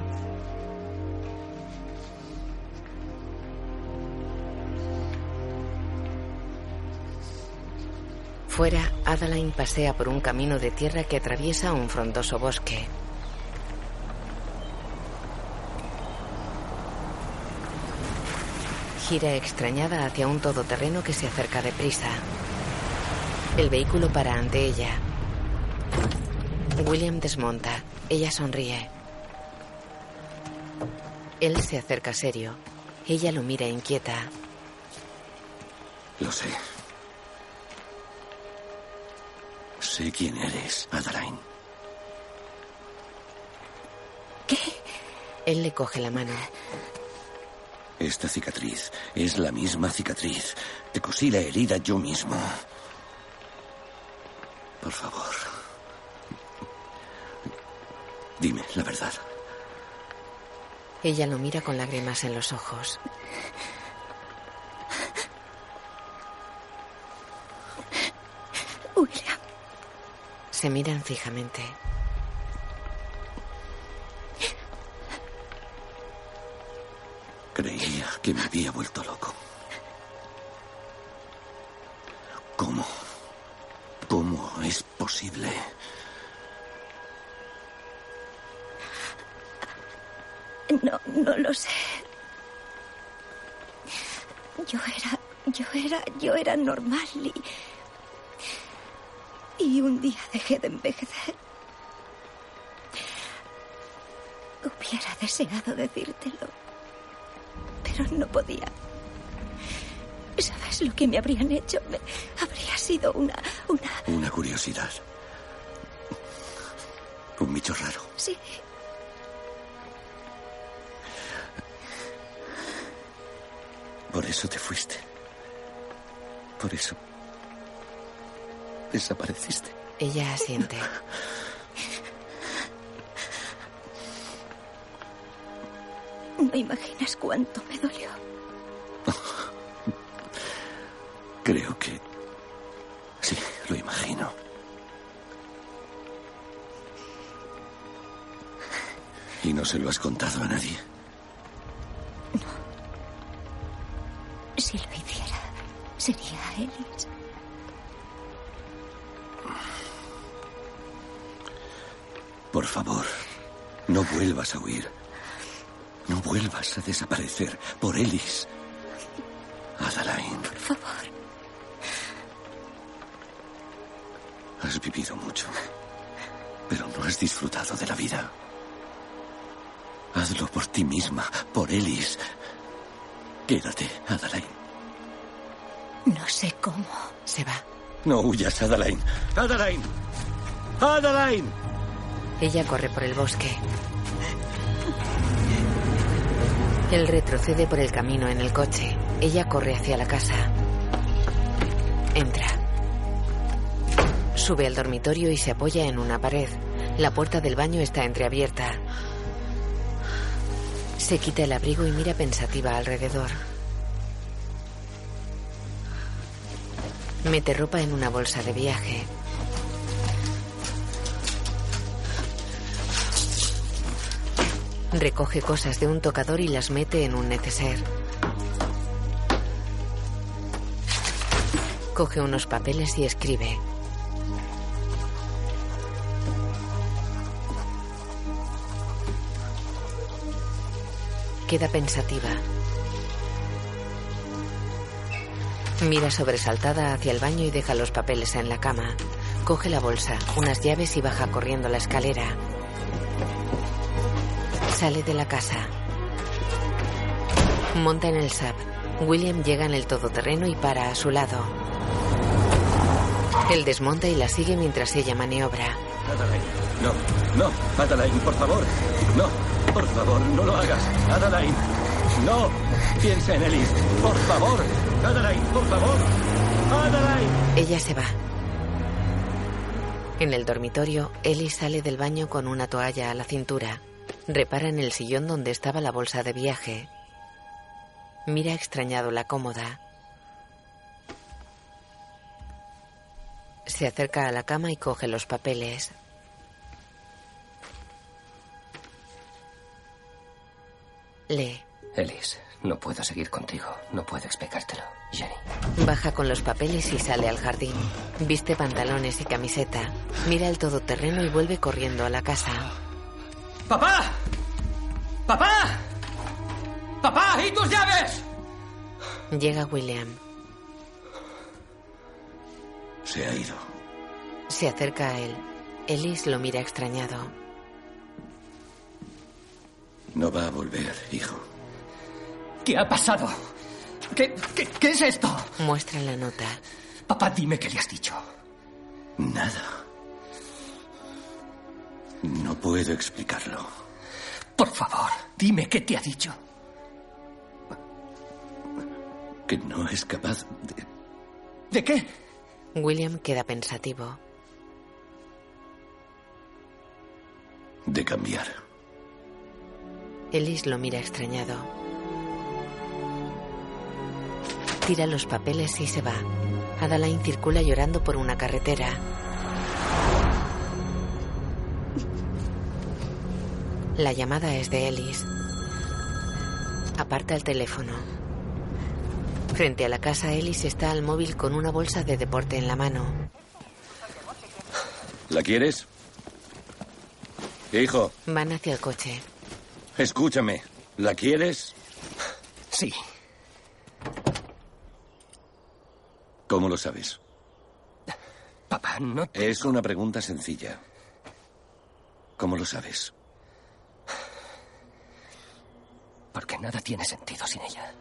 Speaker 2: Fuera, Adeline pasea por un camino de tierra que atraviesa un frondoso bosque. Gira extrañada hacia un todoterreno que se acerca deprisa. El vehículo para ante ella. William desmonta. Ella sonríe. Él se acerca serio. Ella lo mira inquieta.
Speaker 22: Lo sé. Sé quién eres, Adeline.
Speaker 2: Él le coge la mano.
Speaker 22: Esta cicatriz es la misma cicatriz. Te cosí la herida yo mismo. Por favor. Dime la verdad.
Speaker 2: Ella lo mira con lágrimas en los ojos.
Speaker 5: William,
Speaker 2: Se miran fijamente.
Speaker 22: Creía que me había vuelto loco. ¿Cómo? ¿Cómo es posible?
Speaker 5: no, no lo sé. Yo era. Yo era. Yo era normal y. Y un día dejé de envejecer. Hubiera deseado decírtelo. Pero no podía. ¿Sabes lo que me habrían hecho? Me- habría sido una. una.
Speaker 22: Una curiosidad. Un bicho raro.
Speaker 5: sí.
Speaker 22: Por eso te fuiste. Por eso. Desapareciste.
Speaker 2: Ella asiente.
Speaker 5: No imaginas cuánto me dolió.
Speaker 22: Creo que... Sí, lo imagino. Y no se lo has contado a nadie.
Speaker 5: Si lo hiciera, sería Ellis.
Speaker 22: Por favor, no vuelvas a huir. No vuelvas a desaparecer por Ellis. Adeline. Por
Speaker 5: favor.
Speaker 22: Has vivido mucho, pero no has disfrutado de la vida. Hazlo por ti misma, por Ellis. Quédate, Adeline.
Speaker 5: No sé cómo.
Speaker 2: Se va.
Speaker 22: No huyas, Adeline. Adeline. Adeline.
Speaker 2: Ella corre por el bosque. Él retrocede por el camino en el coche. Ella corre hacia la casa. Entra. Sube al dormitorio y se apoya en una pared. La puerta del baño está entreabierta. Se quita el abrigo y mira pensativa alrededor. Mete ropa en una bolsa de viaje. Recoge cosas de un tocador y las mete en un neceser. Coge unos papeles y escribe. Queda pensativa. Mira sobresaltada hacia el baño y deja los papeles en la cama. Coge la bolsa, unas llaves y baja corriendo la escalera. Sale de la casa. Monta en el SAP. William llega en el todoterreno y para a su lado. Él desmonta y la sigue mientras ella maniobra.
Speaker 22: Adeline, no, no, Adeline, por favor. No, por favor, no lo hagas. Adeline, no. Piensa en Elif, por favor. Adeline, por favor. Adeline.
Speaker 2: Ella se va. En el dormitorio, Ellie sale del baño con una toalla a la cintura. Repara en el sillón donde estaba la bolsa de viaje. Mira extrañado la cómoda. Se acerca a la cama y coge los papeles. Lee.
Speaker 19: Ellis, no puedo seguir contigo. No puedo explicártelo, Jenny.
Speaker 2: Baja con los papeles y sale al jardín. Viste pantalones y camiseta. Mira el todoterreno y vuelve corriendo a la casa.
Speaker 4: ¡Papá! ¡Papá! ¡Papá! ¡Y tus llaves!
Speaker 2: Llega William.
Speaker 22: Se ha ido.
Speaker 2: Se acerca a él. Ellis lo mira extrañado.
Speaker 22: No va a volver, hijo.
Speaker 4: ¿Qué ha pasado? ¿Qué, qué, qué es esto?
Speaker 2: Muestra la nota.
Speaker 4: Papá, dime qué le has dicho.
Speaker 22: Nada. No puedo explicarlo.
Speaker 4: Por favor, dime qué te ha dicho.
Speaker 22: Que no es capaz de...
Speaker 4: ¿De qué?
Speaker 2: William queda pensativo.
Speaker 22: de cambiar.
Speaker 2: Ellis lo mira extrañado. Tira los papeles y se va. Adeline circula llorando por una carretera. La llamada es de Ellis. Aparta el teléfono. Frente a la casa, Ellis está al móvil con una bolsa de deporte en la mano.
Speaker 22: ¿La quieres? Hijo,
Speaker 2: Van hacia el coche.
Speaker 22: escúchame. ¿La quieres?
Speaker 4: Sí.
Speaker 22: ¿Cómo lo sabes?
Speaker 4: Papá, no...
Speaker 22: Es una pregunta sencilla. ¿Cómo lo sabes?
Speaker 4: Porque nada tiene sentido sin ella.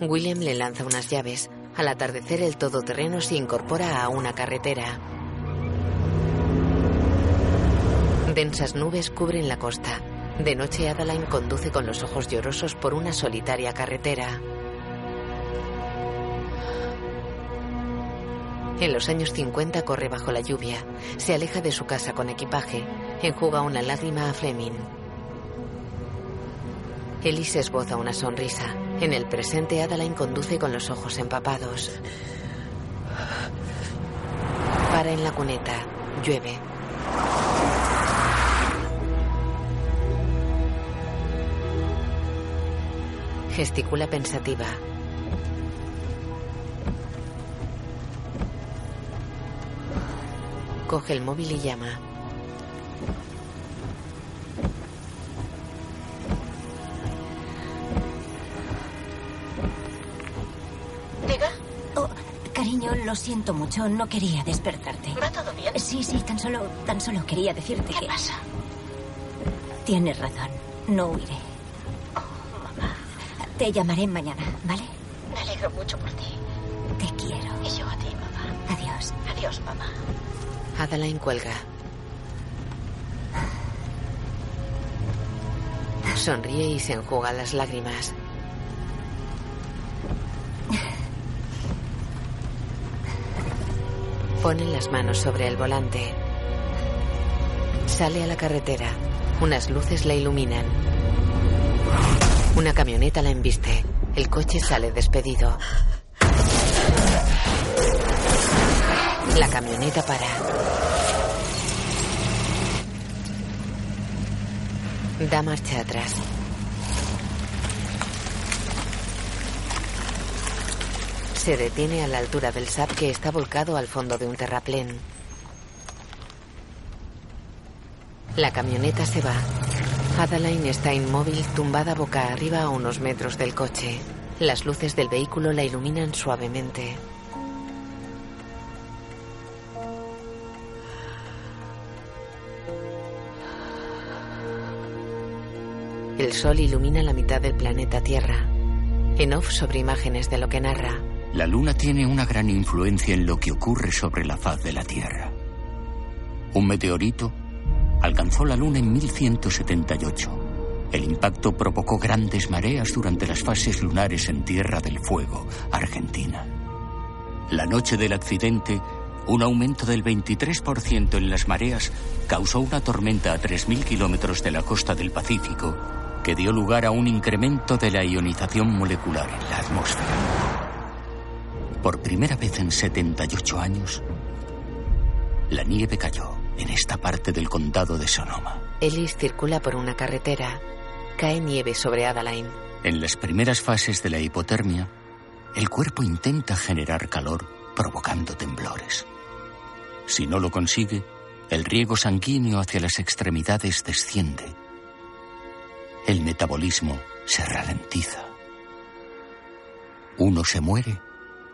Speaker 2: William le lanza unas llaves. Al atardecer, el todoterreno se incorpora a una carretera. Densas nubes cubren la costa. De noche, Adeline conduce con los ojos llorosos por una solitaria carretera. En los años 50 corre bajo la lluvia. Se aleja de su casa con equipaje. Enjuga una lágrima a Fleming. Ellis esboza una sonrisa. En el presente, Adeline conduce con los ojos empapados. Para en la cuneta. Llueve. Gesticula pensativa. Coge el móvil y llama.
Speaker 5: ¿Diga? Oh, cariño, lo siento mucho. No quería despertarte.
Speaker 20: ¿Va todo bien?
Speaker 5: Sí, sí, tan solo, tan solo quería decirte que... pasa? Tienes razón. No huiré. Te llamaré mañana, ¿vale?
Speaker 20: Me alegro mucho por ti.
Speaker 5: Te quiero.
Speaker 20: Y yo a ti, mamá.
Speaker 5: Adiós.
Speaker 20: Adiós, mamá.
Speaker 2: Adeline cuelga. Sonríe y se enjuga las lágrimas. Pone las manos sobre el volante. Sale a la carretera. Unas luces la iluminan. Una camioneta la embiste. El coche sale despedido. La camioneta para. Da marcha atrás. Se detiene a la altura del SAP que está volcado al fondo de un terraplén. La camioneta se va. Adeline está inmóvil, tumbada boca arriba a unos metros del coche. Las luces del vehículo la iluminan suavemente. El sol ilumina la mitad del planeta Tierra. En off sobre imágenes de lo que narra.
Speaker 3: La luna tiene una gran influencia en lo que ocurre sobre la faz de la Tierra. Un meteorito alcanzó la luna en 1178. El impacto provocó grandes mareas durante las fases lunares en Tierra del Fuego, Argentina. La noche del accidente, un aumento del 23% en las mareas causó una tormenta a 3.000 kilómetros de la costa del Pacífico que dio lugar a un incremento de la ionización molecular en la atmósfera. Por primera vez en 78 años, la nieve cayó en esta parte del condado de Sonoma.
Speaker 2: Ellis circula por una carretera. Cae nieve sobre Adaline.
Speaker 3: En las primeras fases de la hipotermia, el cuerpo intenta generar calor provocando temblores. Si no lo consigue, el riego sanguíneo hacia las extremidades desciende. El metabolismo se ralentiza. Uno se muere,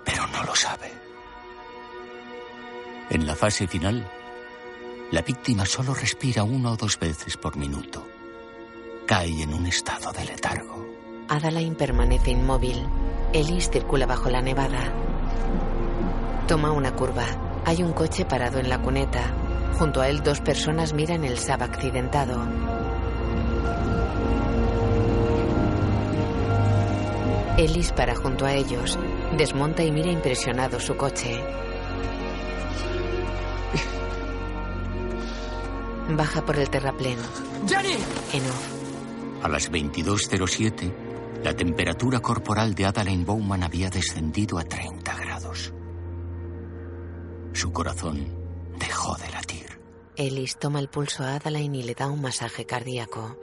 Speaker 3: pero no lo sabe. En la fase final, la víctima solo respira una o dos veces por minuto. Cae en un estado de letargo.
Speaker 2: Adaline permanece inmóvil. Ellis circula bajo la nevada. Toma una curva. Hay un coche parado en la cuneta. Junto a él dos personas miran el Saab accidentado. Ellis para junto a ellos. Desmonta y mira impresionado su coche. Baja por el terraplén.
Speaker 13: ¡Jenny!
Speaker 2: En off.
Speaker 3: A las 22.07, la temperatura corporal de Adaline Bowman había descendido a 30 grados. Su corazón dejó de latir.
Speaker 2: Ellis toma el pulso a Adaline y le da un masaje cardíaco.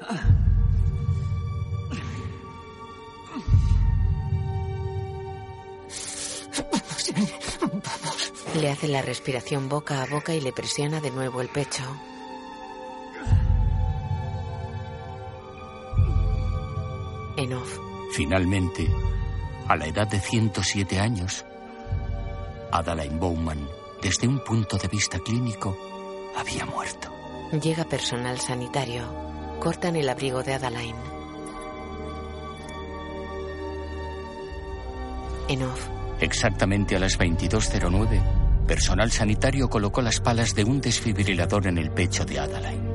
Speaker 9: Vamos, Jenny, vamos.
Speaker 2: Le hace la respiración boca a boca y le presiona de nuevo el pecho. En off.
Speaker 3: Finalmente, a la edad de 107 años, Adaline Bowman, desde un punto de vista clínico, había muerto.
Speaker 2: Llega personal sanitario. Cortan el abrigo de Adaline. En off.
Speaker 3: Exactamente a las 22.09, personal sanitario colocó las palas de un desfibrilador en el pecho de Adaline.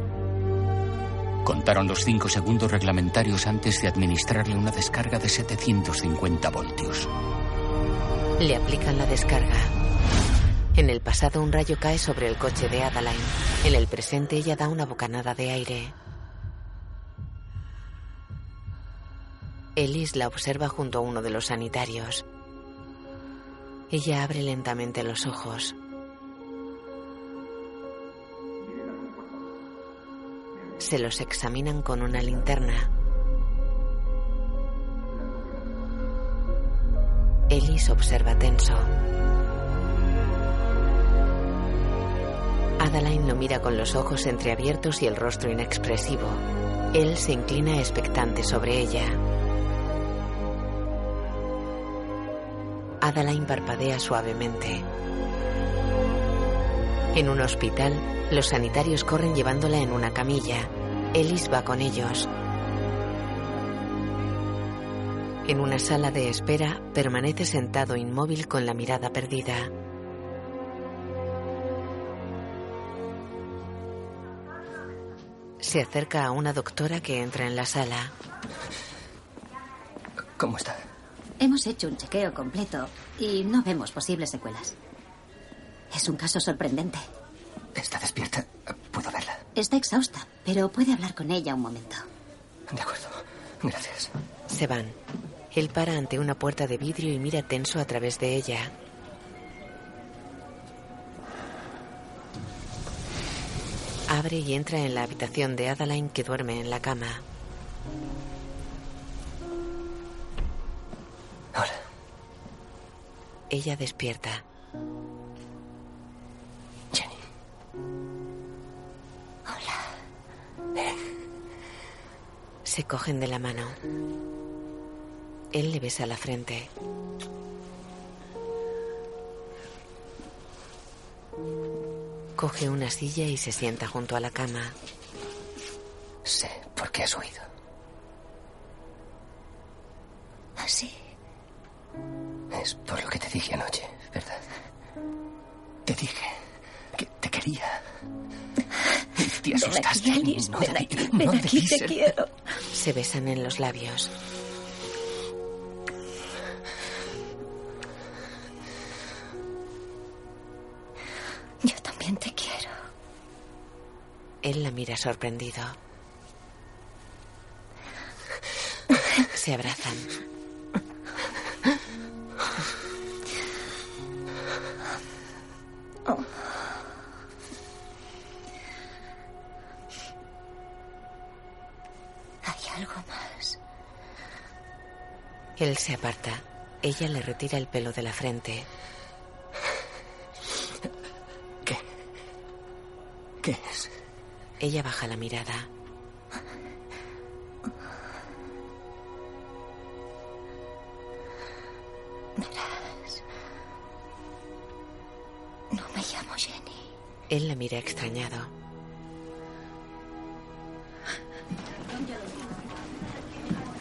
Speaker 3: Contaron los cinco segundos reglamentarios antes de administrarle una descarga de 750 voltios.
Speaker 2: Le aplican la descarga. En el pasado un rayo cae sobre el coche de Adaline. En el presente ella da una bocanada de aire. Ellis la observa junto a uno de los sanitarios. Ella abre lentamente los ojos. Se los examinan con una linterna. Ellis observa tenso. Adaline lo mira con los ojos entreabiertos y el rostro inexpresivo. Él se inclina expectante sobre ella. Adaline parpadea suavemente. En un hospital, los sanitarios corren llevándola en una camilla. Ellis va con ellos. En una sala de espera, permanece sentado inmóvil con la mirada perdida. Se acerca a una doctora que entra en la sala.
Speaker 19: ¿Cómo está?
Speaker 10: Hemos hecho un chequeo completo y no vemos posibles secuelas. Es un caso sorprendente.
Speaker 19: Está despierta. Puedo verla.
Speaker 10: Está exhausta, pero puede hablar con ella un momento.
Speaker 19: De acuerdo. Gracias.
Speaker 2: Se van. Él para ante una puerta de vidrio y mira tenso a través de ella. Abre y entra en la habitación de Adaline que duerme en la cama.
Speaker 19: Hola.
Speaker 2: Ella despierta.
Speaker 19: Jenny.
Speaker 10: Hola.
Speaker 2: Se cogen de la mano. Él le besa la frente. Coge una silla y se sienta junto a la cama.
Speaker 19: Sé por qué has huido.
Speaker 5: así.
Speaker 4: Es por lo que te dije anoche, ¿verdad? Te dije que te quería. Y Te asustaste. no de- no de Diesel.
Speaker 2: Se besan en los labios.
Speaker 5: Yo también te quiero.
Speaker 2: Él la mira sorprendido. Se abrazan.
Speaker 5: Hay algo más.
Speaker 2: Él se aparta. Ella le retira el pelo de la frente.
Speaker 4: ¿Qué es?
Speaker 2: Ella baja la mirada.
Speaker 5: Verás. No me llamo Jenny.
Speaker 2: Él la mira extrañado.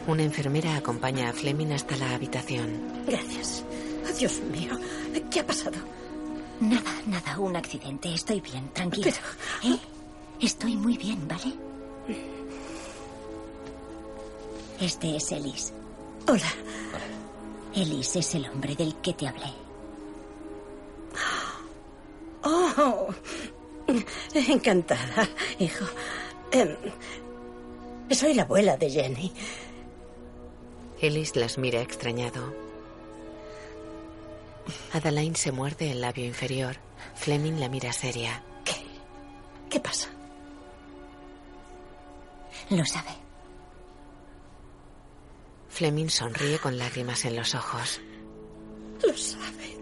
Speaker 2: Una enfermera acompaña a Fleming hasta la habitación.
Speaker 5: Gracias. Dios mío, ¿qué ha pasado? Nada, nada, un accidente. Estoy bien, tranquila. ¿Eh? Estoy muy bien, ¿vale? Este es Ellis. Hola. Ellis es el hombre del que te hablé.
Speaker 20: Oh, encantada, hijo. Em, soy la abuela de Jenny.
Speaker 2: Ellis las mira extrañado. Adaline se muerde el labio inferior. Fleming la mira seria.
Speaker 5: ¿Qué pasa? Lo sabe.
Speaker 2: Fleming sonríe con lágrimas en los ojos.
Speaker 20: Lo sabe.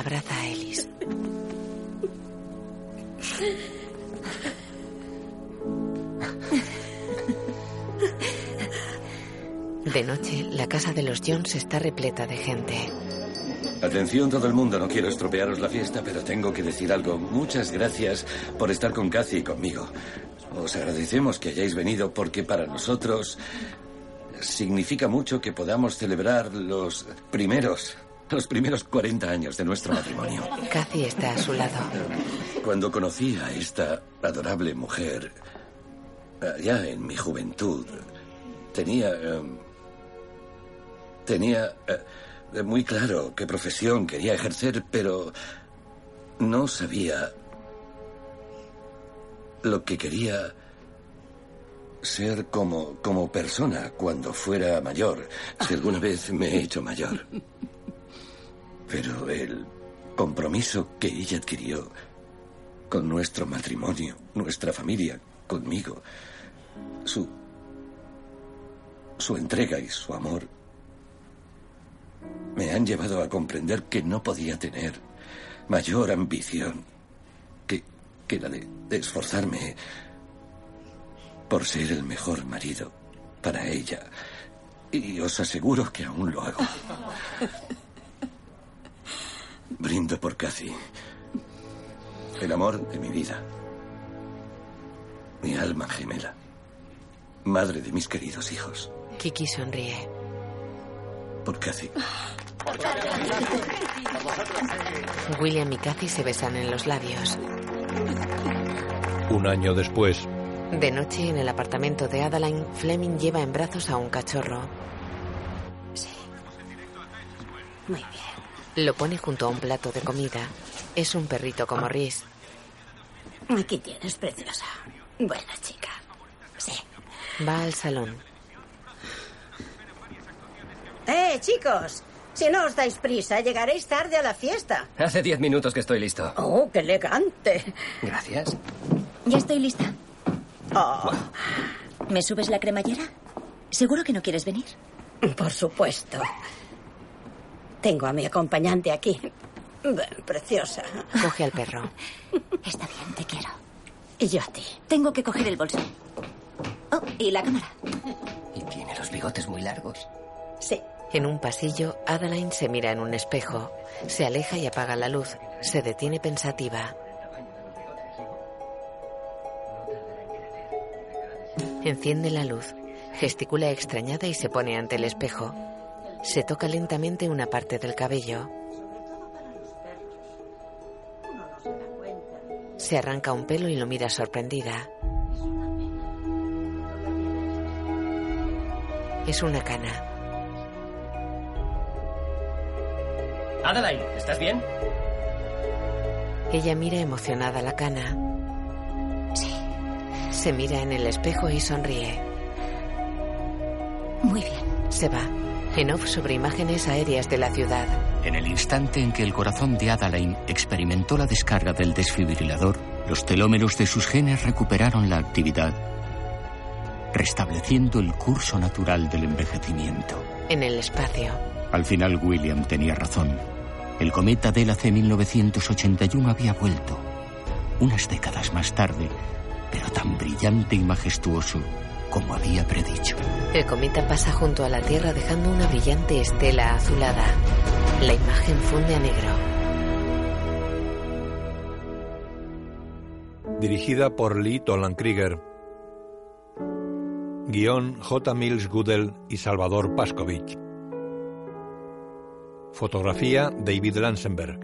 Speaker 2: Abraza a Ellis. De noche, la casa de los Jones está repleta de gente.
Speaker 22: Atención todo el mundo, no quiero estropearos la fiesta, pero tengo que decir algo. Muchas gracias por estar con Cathy y conmigo. Os agradecemos que hayáis venido porque para nosotros significa mucho que podamos celebrar los primeros, los primeros 40 años de nuestro matrimonio.
Speaker 2: Cathy está a su lado.
Speaker 22: Cuando conocí a esta adorable mujer, allá en mi juventud, tenía... em, tenía eh, muy claro qué profesión quería ejercer, pero no sabía lo que quería ser como, como persona cuando fuera mayor, si alguna vez me he hecho mayor. Pero el compromiso que ella adquirió con nuestro matrimonio, nuestra familia, conmigo. Su. su entrega y su amor. me han llevado a comprender que no podía tener mayor ambición que, que la de, de esforzarme por ser el mejor marido para ella. Y os aseguro que aún lo hago. Brindo por Cathy. El amor de mi vida. Mi alma gemela. Madre de mis queridos hijos.
Speaker 2: Kiki sonríe.
Speaker 22: Por Cathy.
Speaker 2: William y Cathy se besan en los labios.
Speaker 12: Un año después,
Speaker 2: De noche, en el apartamento de Adeline, Fleming lleva en brazos a un cachorro.
Speaker 20: Muy bien.
Speaker 2: Lo pone junto a un plato de comida. Es un perrito como Rhys.
Speaker 20: Aquí tienes, preciosa. Buena chica. Sí.
Speaker 2: Va al salón.
Speaker 20: ¡Eh, chicos! Si no os dais prisa, llegaréis tarde a la fiesta.
Speaker 19: Hace diez minutos que estoy listo.
Speaker 20: ¡Oh, qué elegante!
Speaker 19: Gracias.
Speaker 5: Ya estoy lista. Ah.
Speaker 20: Oh,
Speaker 5: ¿Me subes la cremallera? ¿Seguro que no quieres venir?
Speaker 20: por supuesto. Tengo a mi acompañante aquí. Ven, Preciosa.
Speaker 2: Coge al perro.
Speaker 5: Está bien, te quiero.
Speaker 20: Y yo a ti.
Speaker 5: Tengo que coger el bolso. Oh, y la cámara.
Speaker 19: Y tiene los bigotes muy largos.
Speaker 20: Sí.
Speaker 2: En un pasillo, Adeline se mira en un espejo. Se aleja y apaga la luz. Se detiene pensativa. Enciende la luz, gesticula extrañada y se pone ante el espejo. Se toca lentamente una parte del cabello. Se arranca un pelo y lo mira sorprendida. Es una cana.
Speaker 12: Adeline, ¿estás bien?
Speaker 2: Ella mira emocionada la cana.
Speaker 5: Sí,
Speaker 2: Se mira en el espejo y sonríe.
Speaker 5: muy bien.
Speaker 2: Se va. En off sobre imágenes aéreas de la ciudad.
Speaker 3: En el instante en que el corazón de Adaline experimentó la descarga del desfibrilador, los telómeros de sus genes recuperaron la actividad, restableciendo el curso natural del envejecimiento.
Speaker 2: En el espacio.
Speaker 3: Al final William tenía razón. El cometa DLAC 1981 había vuelto, unas décadas más tarde, pero tan brillante y majestuoso como había predicho.
Speaker 2: El cometa pasa junto a la Tierra dejando una brillante estela azulada. La imagen funde a negro.
Speaker 1: dirigida por Lee Tolan Krieger. Guión J. Mills Goodell y Salvador Pascovich. Fotografía David Lansenberg.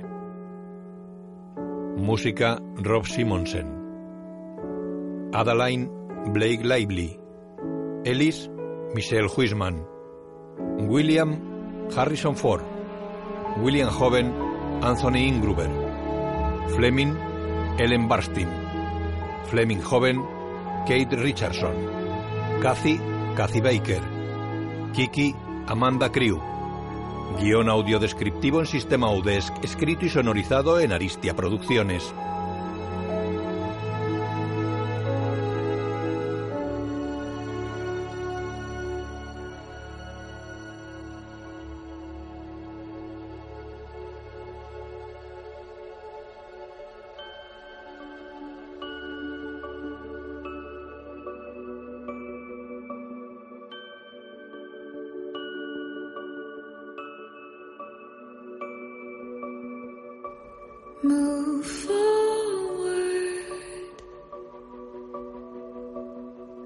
Speaker 1: Música Rob Simonsen. Adaline Blake Lively. Ellis Michelle Huisman. William Harrison Ford. William Joven Anthony Ingruber. Fleming Ellen Barstein. Fleming Joven, Kate Richardson. Kathy, Kathy Baker. Kiki, Amanda Crew. Guión audio descriptivo en sistema UDESC, escrito y sonorizado en Aristia Producciones.
Speaker 9: Move forward.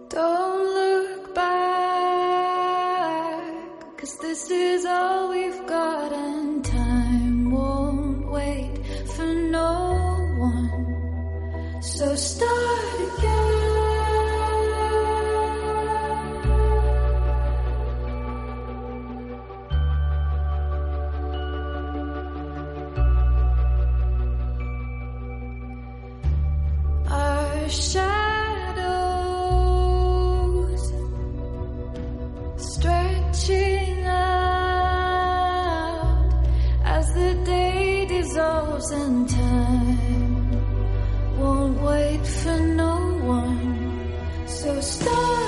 Speaker 9: Don't look back. Cause this is all we've got, and time won't wait for no one. So start again. Our shadows stretching out as the day dissolves and time won't wait for no one. So stop.